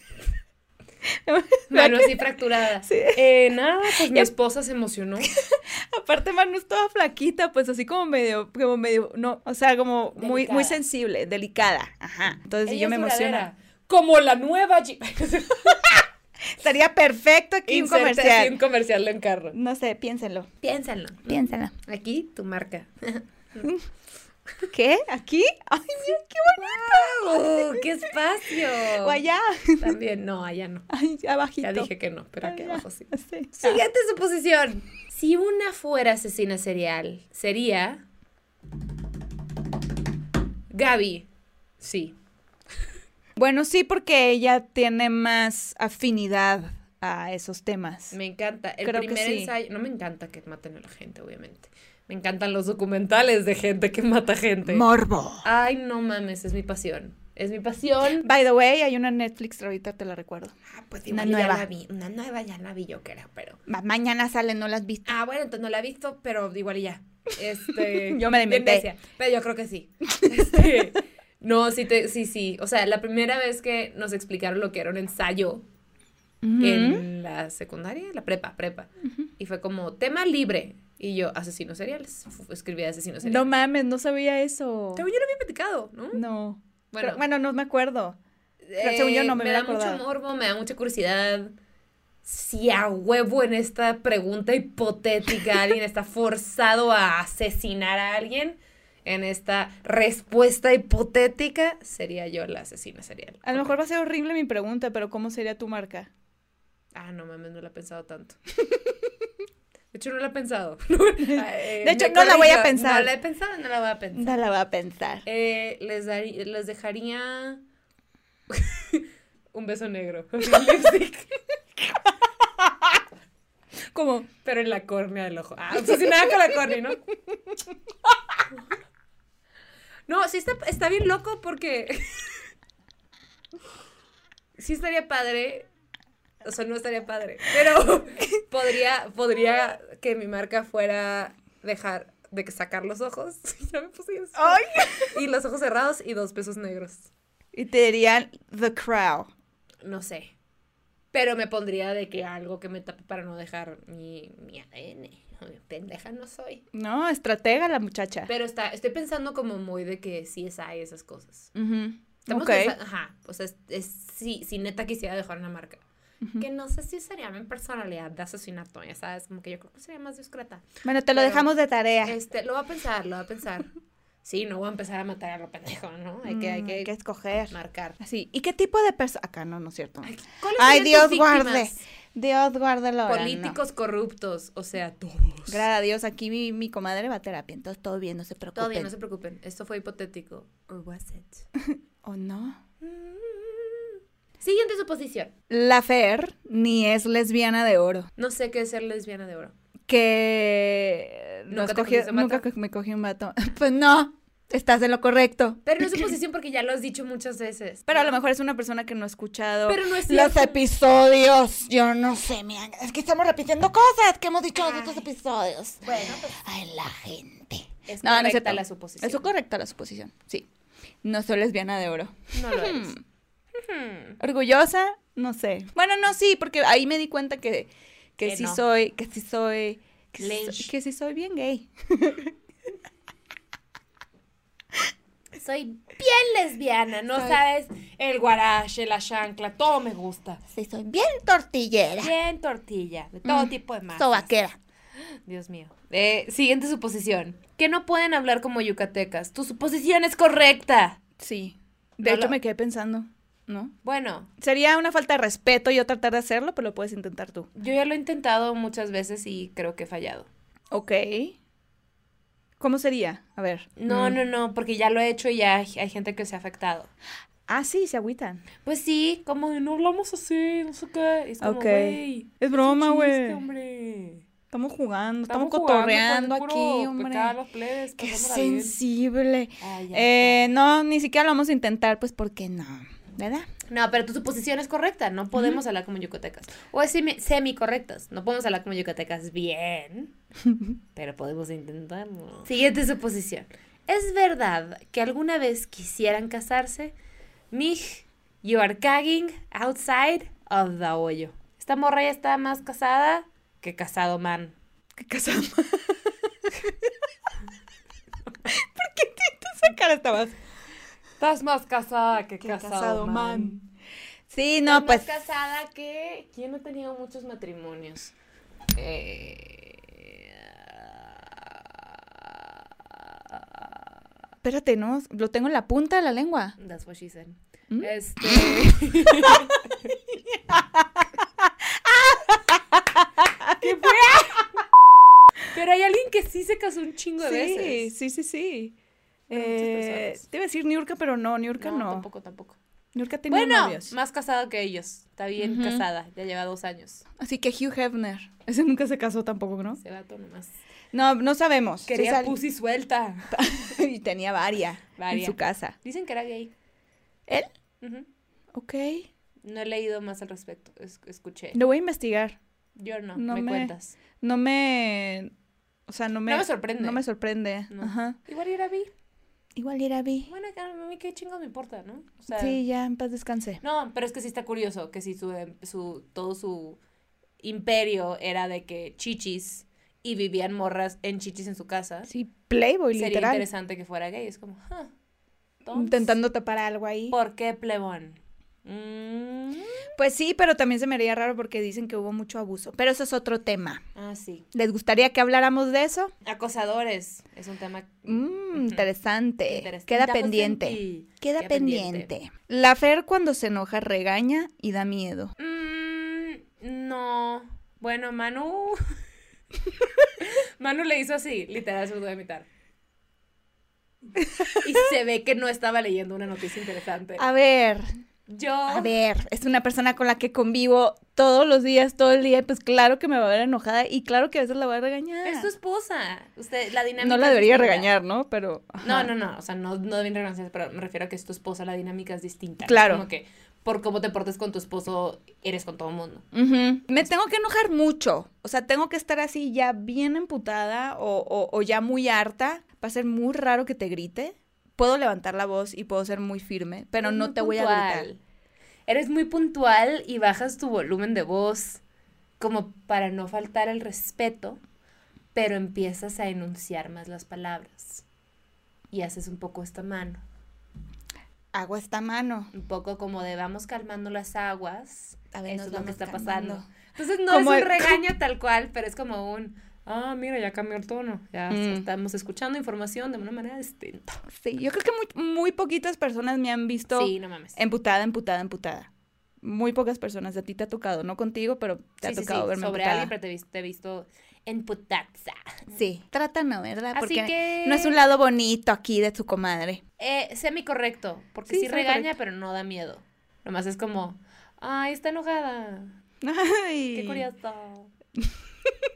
<laughs> Mano así fracturada. Sí. Em. Eh, nada, pues mi esposa se <laughs> emocionó. Aparte, Manu es toda flaquita, pues así como medio, como medio, no, o sea, como muy, muy Delicada. sensible, delicada. Ajá. Entonces Ella yo me es emociono. duradera, Como la nueva <laughs> Jeep. Estaría perfecto aquí un Inserte así comercial. un comercial en carro. No sé, piénsenlo. Piénsalo. Piénsenlo. Aquí tu <laughs> marca. ¿Qué? ¿Aquí? ¡Ay, mira, qué ¡Uh, qué espacio! bonito! O allá. También, no, allá no. <laughs> Ay, abajito. Ya dije que no, pero aquí abajo sí. Sí. Siguiente suposición. Si una fuera asesina serial, sería. Gaby. Sí. Bueno, sí, porque ella tiene más afinidad a esos temas. Me encanta. El Creo que primer sí. ensayo. No me encanta que maten a la gente, obviamente. Me encantan los documentales de gente que mata gente. Morbo. Ay, no mames, es mi pasión. Es mi pasión. By the way, hay una Netflix, ahorita te la recuerdo. Ah, pues Una igual ya nueva. la vi. Una nueva ya la vi yo que era, pero. Ma- mañana sale, no la has visto. Ah, bueno, entonces no la he visto, pero igual y ya. Este, <laughs> Yo me la de inventé. necia, Pero yo creo que sí. Este, no, sí, te, sí, sí. O sea, la primera vez que nos explicaron lo que era un ensayo Ujú. en la secundaria, la prepa, prepa. Y fue como tema libre. Y yo, asesinos seriales. Fu- Escribí asesinos No seriales. mames, no sabía eso. Según yo lo había platicado, ¿no? No. Bueno, Bueno. bueno no me acuerdo. según yo no me Eh, da hubiera acordado. mucho morbo, me da mucha curiosidad. Si a huevo en esta pregunta hipotética alguien está forzado a asesinar a alguien, en esta respuesta hipotética sería yo la asesina serial. A lo mejor va a ser horrible mi pregunta, pero ¿cómo sería tu marca? Ah, no mames, no la he pensado tanto. De hecho, no eh, la he pensado. <laughs> de hecho, no la voy a pensar. No la he pensado, no la voy a pensar. No la va a pensar. Eh, les, darí- les dejaría <laughs> un beso negro. <laughs> Lipstick. Como, Pero en la córnea del ojo. Ah, obsesionada con la córnea, ¿no? No, sí está, está bien loco porque. Sí estaría padre. O sea, no estaría padre. Pero podría, podría que mi marca fuera dejar de que sacar los ojos. <laughs> Ya me puse eso. ¡ay! Y los ojos cerrados y dos pesos negros. Y te dirían The Crow. No sé. Pero me pondría de que algo que me tape para no dejar mi, mi ADN. Pendeja no soy. No, estratega la muchacha. Pero está, estoy pensando como muy de que CSI, esas cosas. Ujú. Estamos Ok. pensa- ajá, o sea, es, es- sí, sí, neta quisiera dejar una marca. que no sé si sería mi personalidad de asesinato, ya sabes, como que yo creo que sería más discreta. Bueno, te lo Pero- dejamos de tarea. Este, lo va a pensar, lo va a <laughs> pensar. Sí, no voy a empezar a matar a lo pendejo, ¿no? Hay que, hay Mm, que, escoger. marcar. Así. ¿Y qué tipo de persona? Acá no, no es cierto. ¿Cuáles Ay, serían Dios tus guarde. víctimas? Dios guarde la hora, no. Políticos corruptos, o sea, todos. Gracias a Dios, aquí mi, mi comadre va a terapia, entonces todo bien, no se preocupen. Todavía no se preocupen, esto fue hipotético. Or was it? ¿O no? Siguiente suposición. La Fer ni es lesbiana de oro, No sé qué es ser lesbiana de oro. que ¿Nunca nos te cogió- cogiste un vato? nunca co- me cogió un vato. <laughs> Pues no, estás en lo correcto. Pero no es suposición porque ya lo has dicho muchas veces. Pero a lo mejor es una persona que no ha escuchado Pero no es los cierto. episodios. Yo no sé, mi ángel, es que estamos repitiendo cosas que hemos dicho en otros episodios. Bueno, pues Ay, la gente. es No, no es correcta cierto. la suposición. Es correcta la suposición, sí. No soy lesbiana de oro. No lo eres. Hmm. Mm. Orgullosa, no sé. Bueno, no, sí, porque ahí me di cuenta que, que, Que sí no. soy, que sí soy, que sí Lynch. soy- que sí soy bien gay. Soy bien lesbiana, no sabes el guarache, la chancla, todo me gusta. Sí soy bien tortillera, Bien tortilla, de Mm. todo tipo de más. sobaquera. Dios mío. Eh, siguiente suposición. Que no pueden hablar como yucatecas. Tu suposición es correcta. Sí. De No hecho lo- me quedé pensando, ¿no? Bueno, Sería una falta de respeto yo tratar de hacerlo, pero lo puedes intentar tú. yo ya lo he intentado muchas veces y creo que he fallado. Ok. ¿Cómo sería? A ver. No, Mm. no, no, porque ya lo he hecho y ya hay hay gente que se ha afectado. Ah, sí, se agüitan. Pues sí, como de, no hablamos así, no sé qué. Es como, Ok. güey. Es un broma, chiste, güey. hombre. Estamos jugando, estamos, jugando con el cotorreando puro aquí, hombre. pecado a los plebes, Qué pasándola bien. sensible. Ay, ya Eh, no, ni siquiera lo vamos a intentar, pues porque no, ¿verdad? está. No, pero tu suposición es correcta. No podemos hablar como yucatecas. O es semi, correctas. No podemos hablar como yucatecas bien, <laughs> pero podemos intentarlo. Siguiente suposición. ¿Es verdad que alguna vez quisieran casarse? Mij, you are cagging outside of the hoyo. Esta morra ya está más casada que casado man. ¿Qué casama? <laughs> ¿Por qué tienes esa cara estabas? Estás más casada que, Sí, no, pues. Más casada que. ¿Quién no ha tenido muchos matrimonios? Eh, Espérate, no, lo tengo en la punta de la lengua. That's what she said. ¿Mm? <laughs> Este. ¿Qué fue? Pero hay alguien que sí se casó un chingo de Sí, veces. sí, sí, sí. Bueno, muchas Eh, personas. te iba a decir Niurka, pero no, Niurka no. tampoco, tampoco. Niurka tenía Bueno, novios. más casada que ellos. Está bien Ujú. casada. Ya lleva dos años. Así que Hugh Hefner. Ese nunca se casó tampoco, ¿no? Ese vato nomás. No, no sabemos. Quería Sí <laughs> sal- pussy suelta. y tenía varias en Varia. su casa. Dicen que era gay. ¿Él? Ujú. Ok. No he leído más al respecto. es- escuché. Lo voy a investigar. Yo no, No me, me- cuentas. No me. O sea, no me. No me sorprende. No me sorprende. No. Ajá. Igual era bi. Igual era bi. Bueno, que a mí qué chingos me importa, ¿no? O sea, Sí, ya en paz descanse. No, pero es que sí está curioso que si su, em- su, todo su imperio era de que chichis y vivían morras en chichis en su casa, Sí, Playboy, sería literal. interesante que fuera gay. Es como, "Huh, entonces, Intentando tapar algo ahí. ¿Por qué plebón? Mm, Pues sí, pero también se me haría raro porque dicen que hubo mucho abuso. Pero eso es otro tema. ah, sí. ¿Les gustaría que habláramos de eso? Acosadores es un tema Mm, ujú, interesante. interesante. Eh, Queda Estamos en pendiente. ti. Queda pendiente. La Fer cuando se enoja regaña y da miedo. Mm, no. Bueno, <laughs> Manu. Manu le hizo así, literal, se lo voy a imitar. Y se ve que no estaba leyendo una noticia interesante. A ver, Ah, Yo. A ver, es una persona con la que convivo todos los días, todo el día, y pues claro que me va a ver enojada y claro que a veces la voy a regañar. Es tu esposa. Usted, la dinámica. no la es debería distinta. regañar, ¿no? Pero. No, ajá. no, no. O sea, no, no deben regañarse, pero me refiero a que es tu esposa, la dinámica es distinta. Claro. Como que por cómo te portes con tu esposo, eres con todo el mundo. Ujú. Me tengo que enojar mucho. O sea, tengo que estar así ya bien emputada o, o- o ya muy harta. Va a ser muy raro que te grite. Puedo levantar la voz y puedo ser muy firme, pero Eres no muy te voy a puntual. gritar. Eres muy puntual y bajas tu volumen de voz como para no faltar el respeto, pero empiezas a enunciar más las palabras. Y haces un poco esta mano. Agua está a mano. Un poco como de vamos calmando las aguas. A ver, Eso nos es lo que vamos está calmando. pasando. Entonces no Como es el- un regaño tal cual, pero es como un. Ah, mira, ya cambió el tono. Ya Mm. estamos escuchando información de una manera distinta. Sí, yo creo que muy, muy poquitas personas me han visto Sí, no mames. emputada, emputada, emputada. Muy pocas personas. A ti te ha tocado, no contigo, pero Sí, te ha sí, tocado sí, verme Sobre emputada. alguien, pero te he vis- te he visto en putaza. Sí, trata no, ¿verdad? Así Porque que- no es un lado bonito aquí de tu <laughs> comadre. Eh, semi-correcto, porque Sí, sí, semi-correcto. regaña, pero no da miedo. Nomás es como, ay, está enojada. Ay. Qué <laughs> curioso.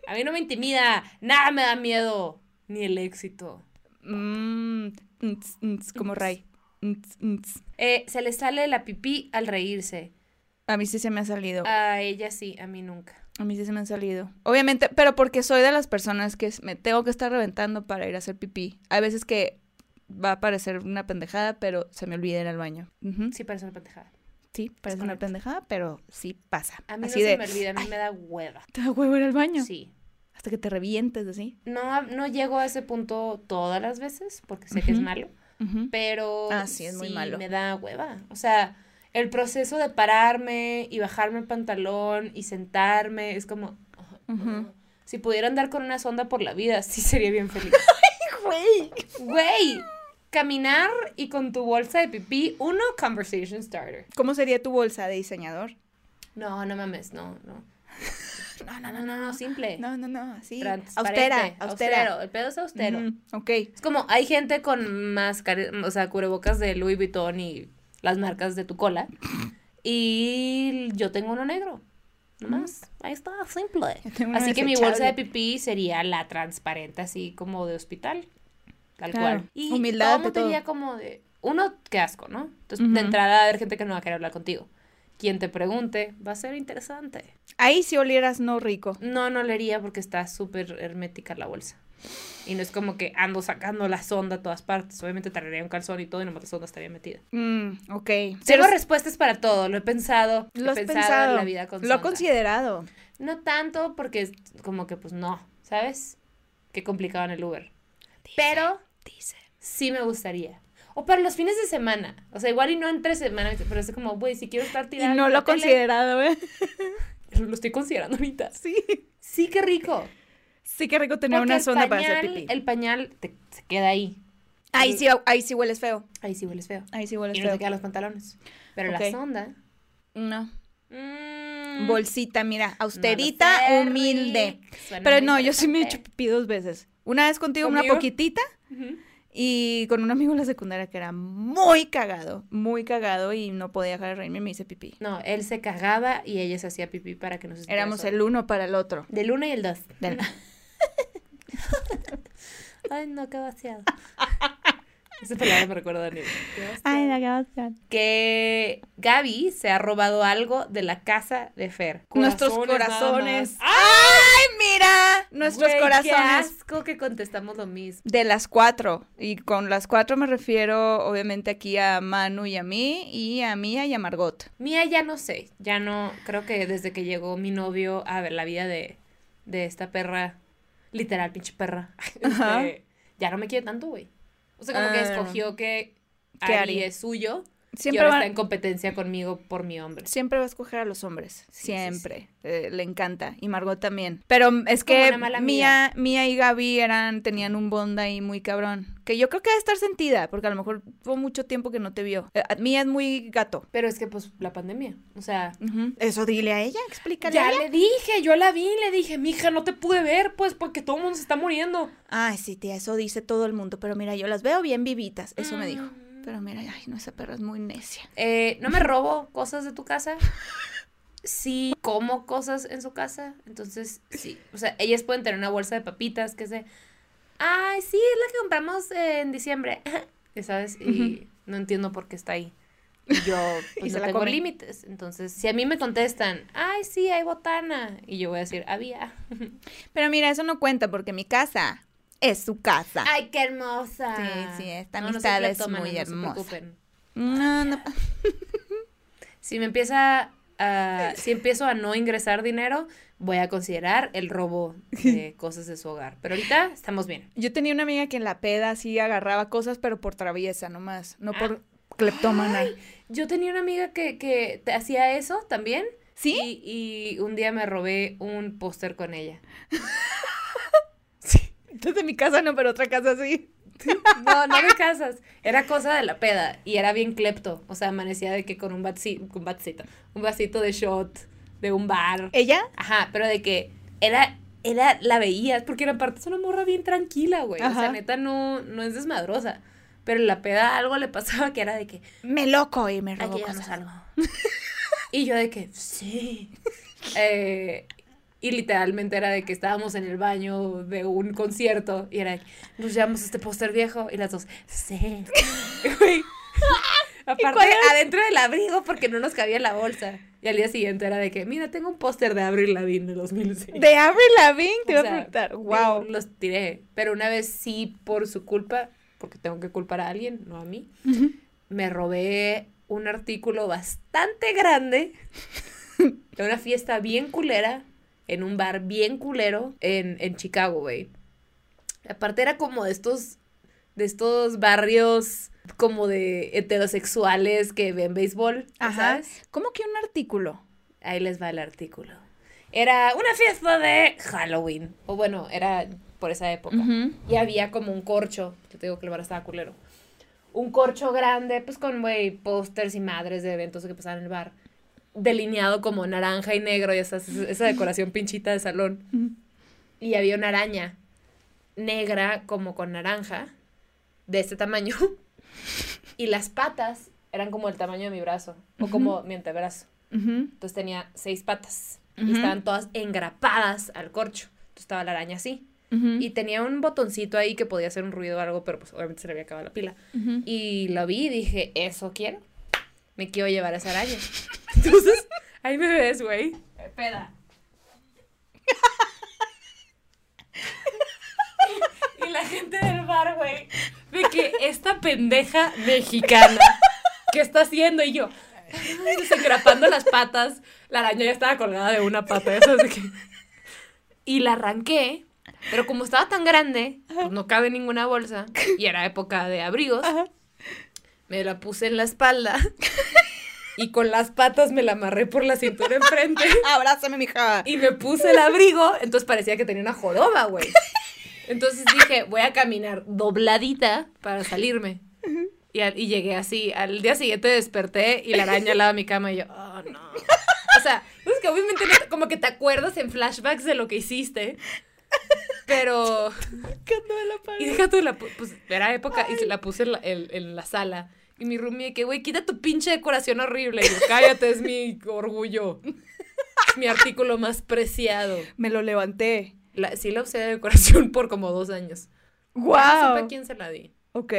A mí no me intimida, nada me da miedo, ni el éxito. Mm, ns, ns, como Ray. Ns, ns. Eh, se le sale la pipí al reírse. A mí sí se me ha salido. A ella sí, a mí nunca. A mí sí se me han salido. Obviamente, pero porque soy de las personas que me tengo que estar reventando para ir a hacer pipí. Hay veces que va a parecer una pendejada, pero se me olvida ir al baño. Ujú. Sí, Sí parece una pendejada. parece una correcto. pendejada, pero sí pasa. A mí así no de, se me olvida, a mí me da hueva. te da huevo ir al baño. Sí. Hasta que te revientes así. No, no llego a ese punto todas las veces, porque sé que es Ujú. malo. Ujú. pero Ah, sí, es muy malo. me da hueva. O sea, el proceso de pararme y bajarme el pantalón y sentarme es como... Ujú. Si pudiera andar con una sonda por la vida, sí sería bien <laughs> feliz. Güey, caminar y con tu bolsa de pipí, uno, conversation starter. ¿Cómo sería tu bolsa de diseñador? No, no mames, no, <laughs> no. No, no, no, no, no, simple. No, no, no, así. eh, Transparente, Austera, austera. austero, el pedo es austero. Ujú, Ok. Es como, hay gente con máscaras, o sea, cubrebocas de Louis Vuitton y las marcas de tu cola. Y yo tengo uno negro. Nomás, ahí está, simple. Mm. Yo tengo uno Así que mi bolsa de desechable. pipí sería la transparente, así como de hospital. Tal Claro, cual. Y humildad todo el ante mundo todo. diría como de. Uno, qué asco, ¿no? Entonces, Ujú. de entrada va a haber gente que no va a querer hablar contigo. Quien te pregunte, va a ser interesante. Ahí si olieras no rico. No, no leería porque está súper hermética la bolsa. Y no es como que ando sacando la sonda a todas partes. Obviamente traería un calzón y todo y nomás la sonda estaría metida. Mm, ok. Tengo Pero- respuestas para todo. Lo he pensado. Lo has he pensado. pensado, en la vida con Lo he sonda. considerado. No tanto porque es como que pues no, ¿sabes? Qué complicado en el Uber. Pero Dice. sí me gustaría. O para los fines de semana. O sea, igual y no entre semana, pero es como, güey, si quiero estar Y tirando. no lo he considerado, ¿eh? <laughs> Lo estoy considerando ahorita. Sí. Sí, qué rico. Sí, qué rico tener Porque una el sonda para hacer pañal- pipí. El pañal te- se queda ahí. Ahí, sí, ahí sí hueles feo. Ahí sí hueles feo. Ahí sí hueles Y no feo. te quedan los pantalones. Pero Ok. la sonda. No. mm, Bolsita, mira, no lo austerita, sé, humilde. Rick. Suena Pero muy no, yo sí me he hecho interesante. pipí dos veces. Una vez contigo, una ¿Conmigo? poquitita, Ujú. y con un amigo en la secundaria que era muy cagado, muy cagado, y no podía dejar de reírme y me hice pipí. No, él se cagaba y ella se hacía pipí para que no se sintiera Éramos sola. el uno para el otro. Del uno y el dos. <laughs> Del- Ay, no, qué <laughs> vaciado. Esa palabra me recuerda a Daniel. Qué vaciado. Que Gaby se ha robado algo de la casa de Fer. Nuestros Corazones nada corazones. más. Ah, ¡Ay, mira! Nuestros Güey, qué corazones. asco que contestamos lo mismo. De las cuatro. Y con las cuatro me refiero, obviamente, aquí a Manu y a mí, y a Mía y a Margot. Mía ya no sé, ya no, creo que desde que llegó mi novio a ver la vida de, de esta perra, literal, pinche perra, <laughs> Ajá. este, ya no me quiere tanto, güey. O sea, como que Ah. escogió que Que Ari, Ari. es suyo y Siempre ahora va, está en competencia conmigo por mi hombre. siempre va a escoger a los hombres. Sí, sí, siempre. Eh, le encanta. Y Margot también. Pero mm, es que una mala Mía, Mía y Gaby eran, tenían un bond ahí muy cabrón. Que yo creo que debe estar sentida, porque a lo mejor fue mucho tiempo que no te vio. Eh, Mía es muy gato. Pero es que, pues, la pandemia, o sea... Ujú. Eso dile a ella, explícale. a Ya ella. le dije, yo la vi, le dije, mija, no te pude ver, pues, porque todo el mundo se está muriendo. Ay, sí, tía, eso dice todo el mundo, pero mira, yo las veo bien vivitas, eso me dijo. Mm. Pero mira, ay, no, esa perra es muy necia. Eh, no me robo cosas de tu casa. Sí, como cosas en su casa. Entonces, sí. O sea, ellas pueden tener una bolsa de papitas que se. Ay, sí, es la que compramos eh, en diciembre. <laughs> Ya ¿Sabes? Y no entiendo por qué está ahí. Y Yo <laughs> Y pues, se no la tengo comen. límites. Entonces, si a mí me contestan, ay, sí, hay botana. Y yo voy a decir, había. Pero mira, eso no cuenta porque mi casa es su casa. Ay, qué hermosa. Ah. Sí, sí, esta No, no soy amistad es cleptómana, muy no se hermosa. preocupen. No, no. Si me empieza a, si empiezo a no ingresar dinero, voy a considerar el robo de cosas de su hogar. Pero ahorita estamos bien. Yo tenía una amiga que en la peda sí agarraba cosas, pero por traviesa nomás, no por cleptómana. Yo tenía una amiga que, que te hacía eso también. ¿Sí? Y, y un día me robé un póster con ella. Entonces en mi casa no, pero otra casa sí. No, no me casas. Era cosa de la peda. Y era bien clepto. O sea, amanecía de que con un, batci- con un batcito. Un vasito de shot de un bar. ¿Ella? Ajá, pero de que era, era, la veías, porque la parte es una morra bien tranquila, güey. O Ajá. sea, neta no, no es desmadrosa. Pero en la peda algo le pasaba que era de que Me loco y me robó aquí ya no cosas. salgo. <laughs> y yo de que, sí. <laughs> Eh, y literalmente era de que estábamos en el baño de un concierto y era de que nos llevamos este póster viejo y las dos, sí. <laughs> Güey. Aparte, cuál era? adentro del abrigo porque no nos cabía en la bolsa. Y al día siguiente era de que, mira, tengo un póster de Avril Lavigne de 2006. De Avril Lavigne, te O iba sea, a preguntar. digo, Wow. Los tiré. Pero una vez sí, por su culpa, porque tengo que culpar a alguien, no a mí, me robé un artículo bastante <laughs> grande de una fiesta bien culera, en un bar bien culero, en, en Chicago, güey. Aparte era como de estos, de estos barrios como de heterosexuales que ven béisbol, Ajá. ¿sabes? ¿Cómo que un artículo? Ahí les va el artículo. Era una fiesta de Halloween. O bueno, era por esa época. Ujú. Y había como un corcho. Yo te digo que el bar estaba culero. Un corcho grande, pues con, güey, pósters y madres de eventos que pasaban en el bar. Delineado como naranja y negro. Y esa, esa decoración pinchita de salón. Y había una araña negra como con naranja. De este tamaño. Y las patas eran como el tamaño de mi brazo. O como mi antebrazo. Ujú. Entonces tenía seis patas y Ujú. estaban todas engrapadas al corcho. Entonces estaba la araña así. Ujú. Y tenía un botoncito ahí que podía hacer un ruido o algo, pero pues obviamente se le había acabado la pila. Ujú. Y lo vi y dije, eso quiero. Me quiero llevar esa <laughs> araña. Entonces, ahí me ves, güey. <laughs> Peda. y la gente del bar, güey. De que esta pendeja mexicana, ¿qué está haciendo? Y yo, <laughs> ay, desengrapando las patas. La araña ya estaba colgada de una pata. Eso es de que... Y la arranqué. Pero como estaba tan grande, pues no cabe en ninguna bolsa. Y era época de abrigos. Ajá. Me la puse en la espalda. Y con las patas me la amarré por la cintura enfrente. Abrázame, mija. Y me puse el abrigo. Entonces parecía que tenía una joroba, güey. Entonces dije, voy a caminar dobladita para salirme. Y, al- y llegué así. Al día siguiente desperté y la araña al lado de mi cama. Y yo, oh no. O sea, es que obviamente no te- como que te acuerdas en flashbacks de lo que hiciste. Pero. Cantaba la pared. Y deja tú, la, pu- pues era época y se la puse en la, en- en la sala. Y mi roomie de que, güey, quita tu pinche decoración horrible. Y yo, cállate, es mi orgullo. Es mi artículo más preciado. Me lo levanté. La- sí la usé de decoración <laughs> por como dos años. No supe a Wow. quién se la di. Ok.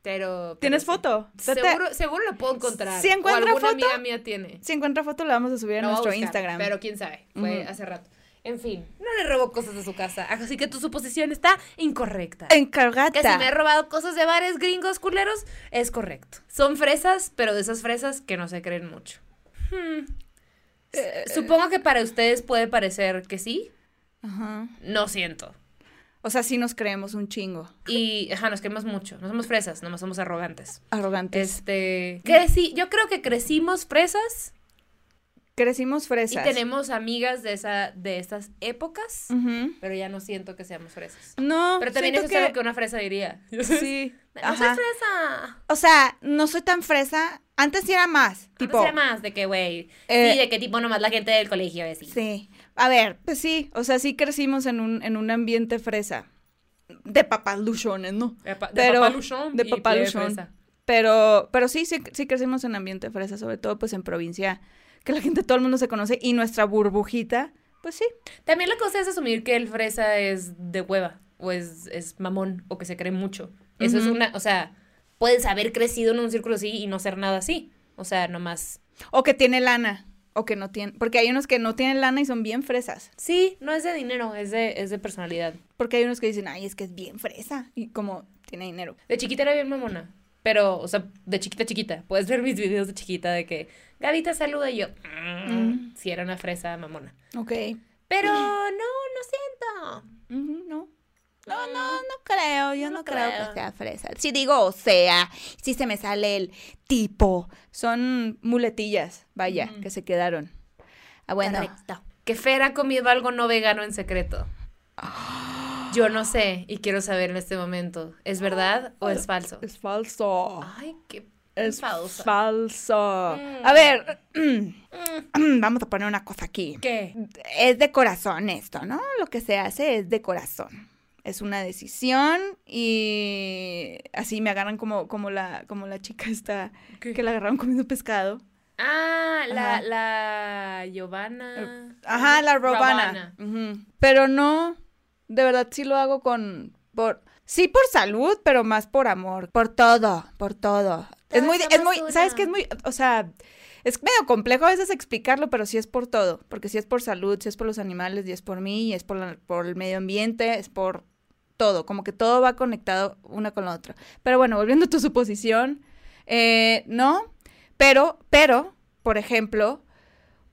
Pero... pero ¿Tienes sí. foto? Trata- Seguro, seguro la puedo encontrar. ¿Sí encuentra o alguna foto? amiga mía tiene. Si encuentra foto, la vamos a subir a La voy a nuestro buscar, Instagram. Pero quién sabe, fue Ujú. hace rato. En fin, no le robó cosas a su casa. Así que tu suposición está incorrecta. Encargata. Que si me he robado cosas de bares gringos culeros, es correcto. Son fresas, pero de esas fresas que no se creen mucho. Hmm. Eh, S- Supongo que para ustedes puede parecer que sí, Ajá. no siento. O sea, sí nos creemos un chingo. Y, ajá, nos queremos mucho. No somos fresas, nomás somos arrogantes. Arrogantes. Este, crecí, yo creo que crecimos fresas Crecimos fresas. y tenemos amigas de, esa, de esas épocas, Ujú. pero ya no siento que seamos fresas. No. Pero también eso siento es algo que una fresa diría. Sí. <laughs> No soy Ajá. fresa. O sea, no soy tan fresa. Antes sí era más. Antes Tipo. era más de que, güey, Eh, sí, de qué tipo nomás la gente del colegio es así. Sí. A ver, pues sí. O sea, sí crecimos en un, en un ambiente fresa. De papás luchones, ¿no? De pa- de Pero- papaluchón de y pie papaluchón. fresa. Pero, pero sí, sí, sí crecimos en ambiente fresa, sobre todo pues en provincia, que la gente, todo el mundo se conoce y nuestra burbujita, pues sí. También la cosa es asumir que el fresa es de hueva, o es, es mamón, o que se cree mucho. Eso es Ujú. una, o sea, puedes haber crecido en un círculo así y no ser nada así. O sea, nomás. O que tiene lana, o que no tiene, porque hay unos que no tienen lana y son bien fresas, Sí, no es de dinero, es de, es de personalidad. porque hay unos que dicen, ay, es que es bien fresa, y como tiene dinero. De chiquita era bien mamona. Pero, o sea, de chiquita a chiquita. Puedes ver mis videos de chiquita de que Gavita saluda y yo. Mm. Si era una fresa mamona. Ok. Pero no, no siento. Ujú, no. No, no, no creo, yo Ah. no, no creo. creo. que sea fresa. Si digo o sea, si se me sale el tipo, son muletillas, vaya, que se quedaron. Ah, bueno. Correcto. Que Fer ha comido algo no vegano en secreto. Yo no sé y quiero saber en este momento. ¿Es verdad o es falso? Es falso. Ay, qué Es Ah, falso. Mm. falso. A ver, <clears throat> vamos a poner una cosa aquí. ¿Qué? es de corazón esto, ¿no? Lo que se hace es de corazón. Es una decisión y así me agarran como, como, la, como la chica esta ¿Qué? que la agarraron comiendo pescado. Ah, la, Ajá. Eh, la Giovanna. Ajá, la robana. Ujú. Pero no, de verdad sí lo hago con, por, sí por salud, pero más por amor, por todo, por todo. Toda Es muy, esa es muy, basura. ¿sabes qué? Es muy, o sea, es medio complejo a veces explicarlo, pero sí es por todo, porque sí es por salud, sí es por los animales, y es por mí, y es por, la- por el medio ambiente, es por todo, como que todo va conectado una con la otra. Pero bueno, volviendo a tu suposición, eh, no, pero, pero, por ejemplo,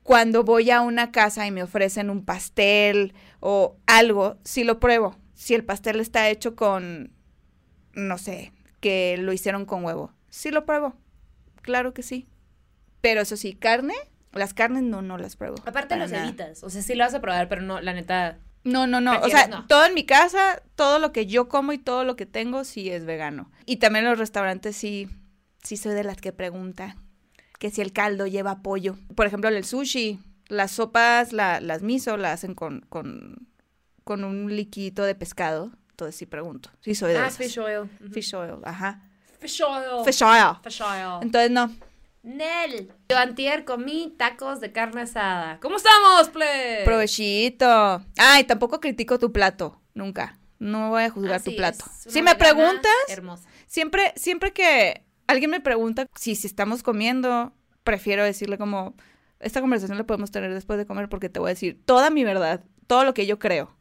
cuando voy a una casa y me ofrecen un pastel o algo, sí lo pruebo. Si el pastel está hecho con, no sé, que lo hicieron con huevo, sí lo pruebo. Claro que sí. Pero eso sí, carne, las carnes no, no las pruebo. Aparte Para los nada. evitas. O sea, sí lo vas a probar, pero no, la neta. No, no, no. O Prefieres sea, no. todo en mi casa, todo lo que yo como y todo lo que tengo sí es vegano. Y también en los restaurantes sí, sí soy de las que pregunta que si el caldo lleva pollo. Por ejemplo, en el sushi, las sopas, la- las miso, las hacen con, con, con un liquidito de pescado. Entonces sí pregunto. Sí soy de Ah, esas. fish oil. Ujú. Fish oil, ajá. Fish oil. Fish oil. Fish oil. Entonces no. Nel. Yo antier comí tacos de carne asada. ¿Cómo estamos, ple? Provechito. Ay, tampoco critico tu plato. Nunca. No voy a juzgar tu Así plato. Ah, es, una Si me vegana preguntas, Hermosa. Siempre, siempre que alguien me pregunta si, si estamos comiendo, prefiero decirle como, esta conversación la podemos tener después de comer porque te voy a decir toda mi verdad, todo lo que yo creo.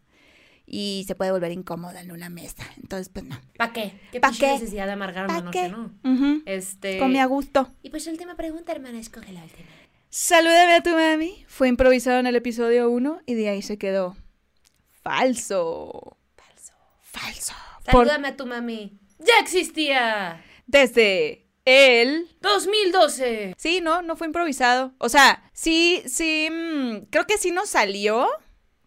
Y se puede volver incómoda en una mesa. Entonces, pues no. ¿Para qué? ¿Qué ¿Pa' pinche qué? necesidad de amargar una ¿Pa' noche, qué? no? Ujú. Este. Comí a gusto. Y pues última pregunta, hermana, escoge la última. Salúdame a tu mami. Fue improvisado en el episodio 1 y de ahí se quedó. Falso. Falso. Falso. Por- Salúdame a tu mami. ¡Ya existía! desde el... 2012. Sí, no, no fue improvisado. O sea, sí, sí, mm, creo que sí nos salió,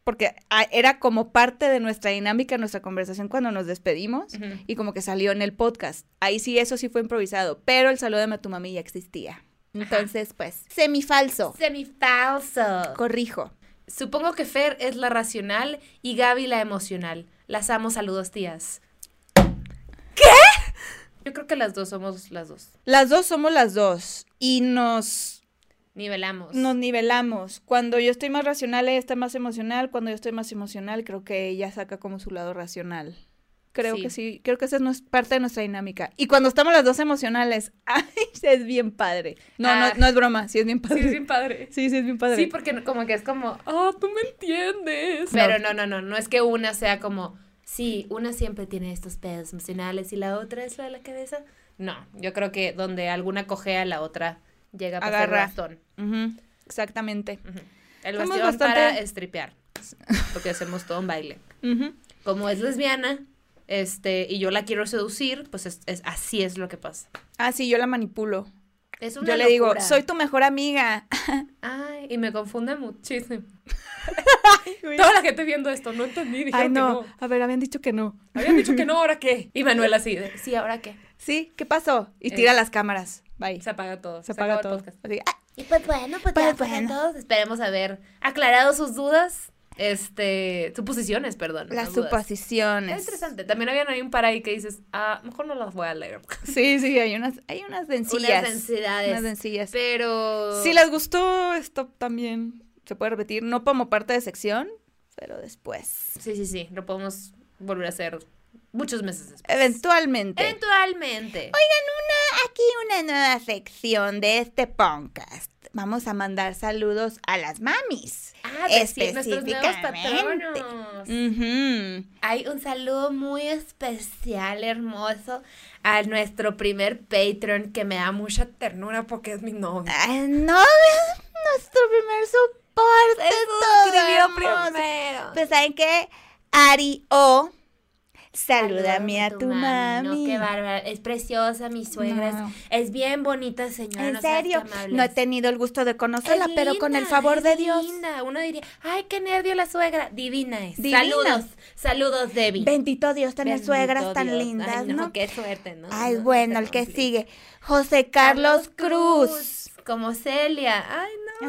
porque ah, era como parte de nuestra dinámica, nuestra conversación cuando nos despedimos, Ujú. y como que salió en el podcast. Ahí sí, eso sí fue improvisado, pero el saludo de tu mami ya existía. Entonces, pues, semifalso. Semifalso. Corrijo. Supongo que Fer es la racional y Gaby la emocional. Las amo, saludos, tías. ¿Qué? Yo creo que las dos somos las dos. Las dos somos las dos y nos, Nivelamos. nos nivelamos. Cuando yo estoy más racional, ella está más emocional. Cuando yo estoy más emocional, creo que ella saca como su lado racional. Creo Sí. que sí, creo que esa es nues- parte de nuestra dinámica. Y cuando estamos las dos emocionales, <laughs> ¡ay! Es bien padre. No, Ah. no, no es broma, sí es bien Sí, padre. es Sí, bien padre. sí, es bien padre. Sí, porque no- como que es como, ah, tú me entiendes. No. Pero no, no, no, no es que una sea como, sí, una siempre tiene estos pedos emocionales y la otra es la de la cabeza. No, yo creo que donde alguna cojea, la otra llega a pasar Agarra. bastón. Ujú, exactamente. Ujú. El Somos bastión bastante- para estripear, porque hacemos todo un baile. Ujú. Como es lesbiana, este, y yo la quiero seducir, pues es, es- así es lo que pasa. Ah, sí, yo la manipulo. Es Yo una le digo, locura. soy tu <laughs> mejor amiga. Ay, y me confunde muchísimo. Toda la gente viendo esto, no entendí, <laughs> dijeron Ay, no. que no. A ver, habían dicho que no. Habían dicho que no, ¿ahora qué? Y Manuel así de, sí, ¿ahora qué? Sí, ¿qué pasó? Y Eh. tira las cámaras. Bye. Se apaga todo. Se apaga acaba todo. el podcast. Así, ¡ah! Y pues bueno, pues, Pues ya fueron bueno. todos. Esperemos haber aclarado sus dudas, este, suposiciones, perdón. Las no dudas. Está suposiciones. interesante. También habían ahí un par ahí que dices, ah, mejor no las voy a leer. <laughs> <laughs> Sí, sí, hay unas, hay unas densillas. Unas densidades. Unas densillas. Pero. Si les gustó esto también, se puede repetir, no como parte de sección, pero después. Sí, sí, sí. Lo podemos volver a hacer muchos meses después. Eventualmente. Eventualmente. Aquí una nueva sección de este podcast. Vamos a mandar saludos a las mamis. Ah, decir nuestros nuevos específicamente. patronos. Ujú. Hay un saludo muy especial, hermoso, a nuestro primer Patreon que me da mucha ternura porque es mi novio. Ay, no, es nuestro primer soporte. Él todo suscribió hermoso. primero. Pues saben que Ari O Salúdame a Saludos tu mami. No, qué bárbara. Es preciosa, mi suegra. es- No. Es, bien bonita, señora. En no seas serio, tan amable. no he tenido el gusto de Es conocerla, pero con el linda, favor es de Dios. Linda. Uno diría, ay, qué nervio la suegra. Divina es. Divina. Saludos, saludos, Debbie. Bendito Dios, tener Bendito suegras tan Dios. lindas, Ay, ¿no? Qué suerte, ¿no? Ay, No, está bueno, el que complicado. sigue. José Carlos Cruz. Como Celia. Ay, no.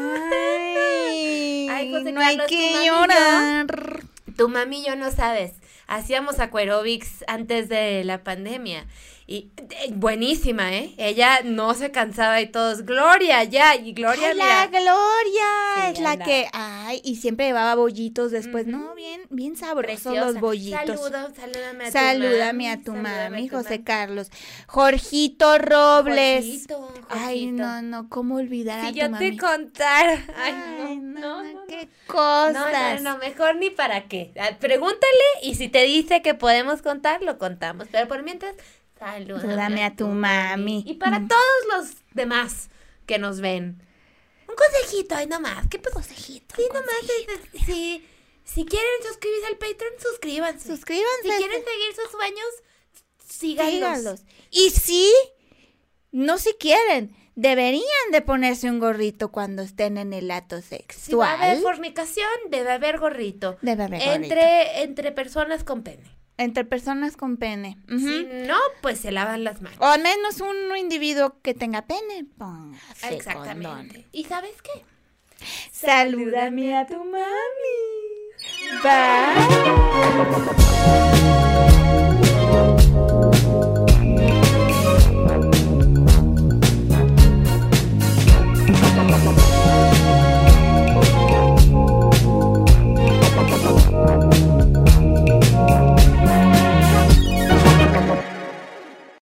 Ay, Ay, José no hay Carlos, tu que mami llorar. Tu mami y yo no sabes. Hacíamos acuerobics antes de la pandemia. Y eh, buenísima, ¿eh? Ella no se cansaba y todos, Gloria, ya. Y Gloria, Ay, la mira, Gloria Sí, es la anda. que, ay, y siempre llevaba bollitos después, no, bien, bien sabrosos preciosa. los bollitos. Saludos, salúdame a tu Salúdame mami. a tu salúdame a mami, tu José mami. Carlos. Jorgito Robles. Jorgito, Ay, Jorgito. no, no, cómo olvidar a Si tu yo mami? te contara. Ay, Ay, no, no, no, no, no. qué No, cosas. no, no, mejor ni para qué. Ah, Pregúntale y si te dice que podemos contar, lo contamos. Pero por mientras, salúdame Salúdame a tu mami. Y para Mm. todos los demás que nos ven, un consejito, ay nomás, ¿qué pues? consejito? Sí, nomás, es- es- sí. si quieren suscribirse al Patreon, suscríbanse. Suscríbanse. si quieren seguir sus sueños, síganlos. síganlos. Y si no si quieren, deberían de ponerse un gorrito cuando estén en el acto Si va a sexual. haber fornicación, debe haber gorrito. Debe haber gorrito. Entre, entre personas con pene. Entre personas con pene. Ujú. Si no, pues se lavan las manos. O al menos un individuo que tenga pene, póngase Exactamente. condón. ¿Y sabes qué? Salúdame a tu mami. Bye.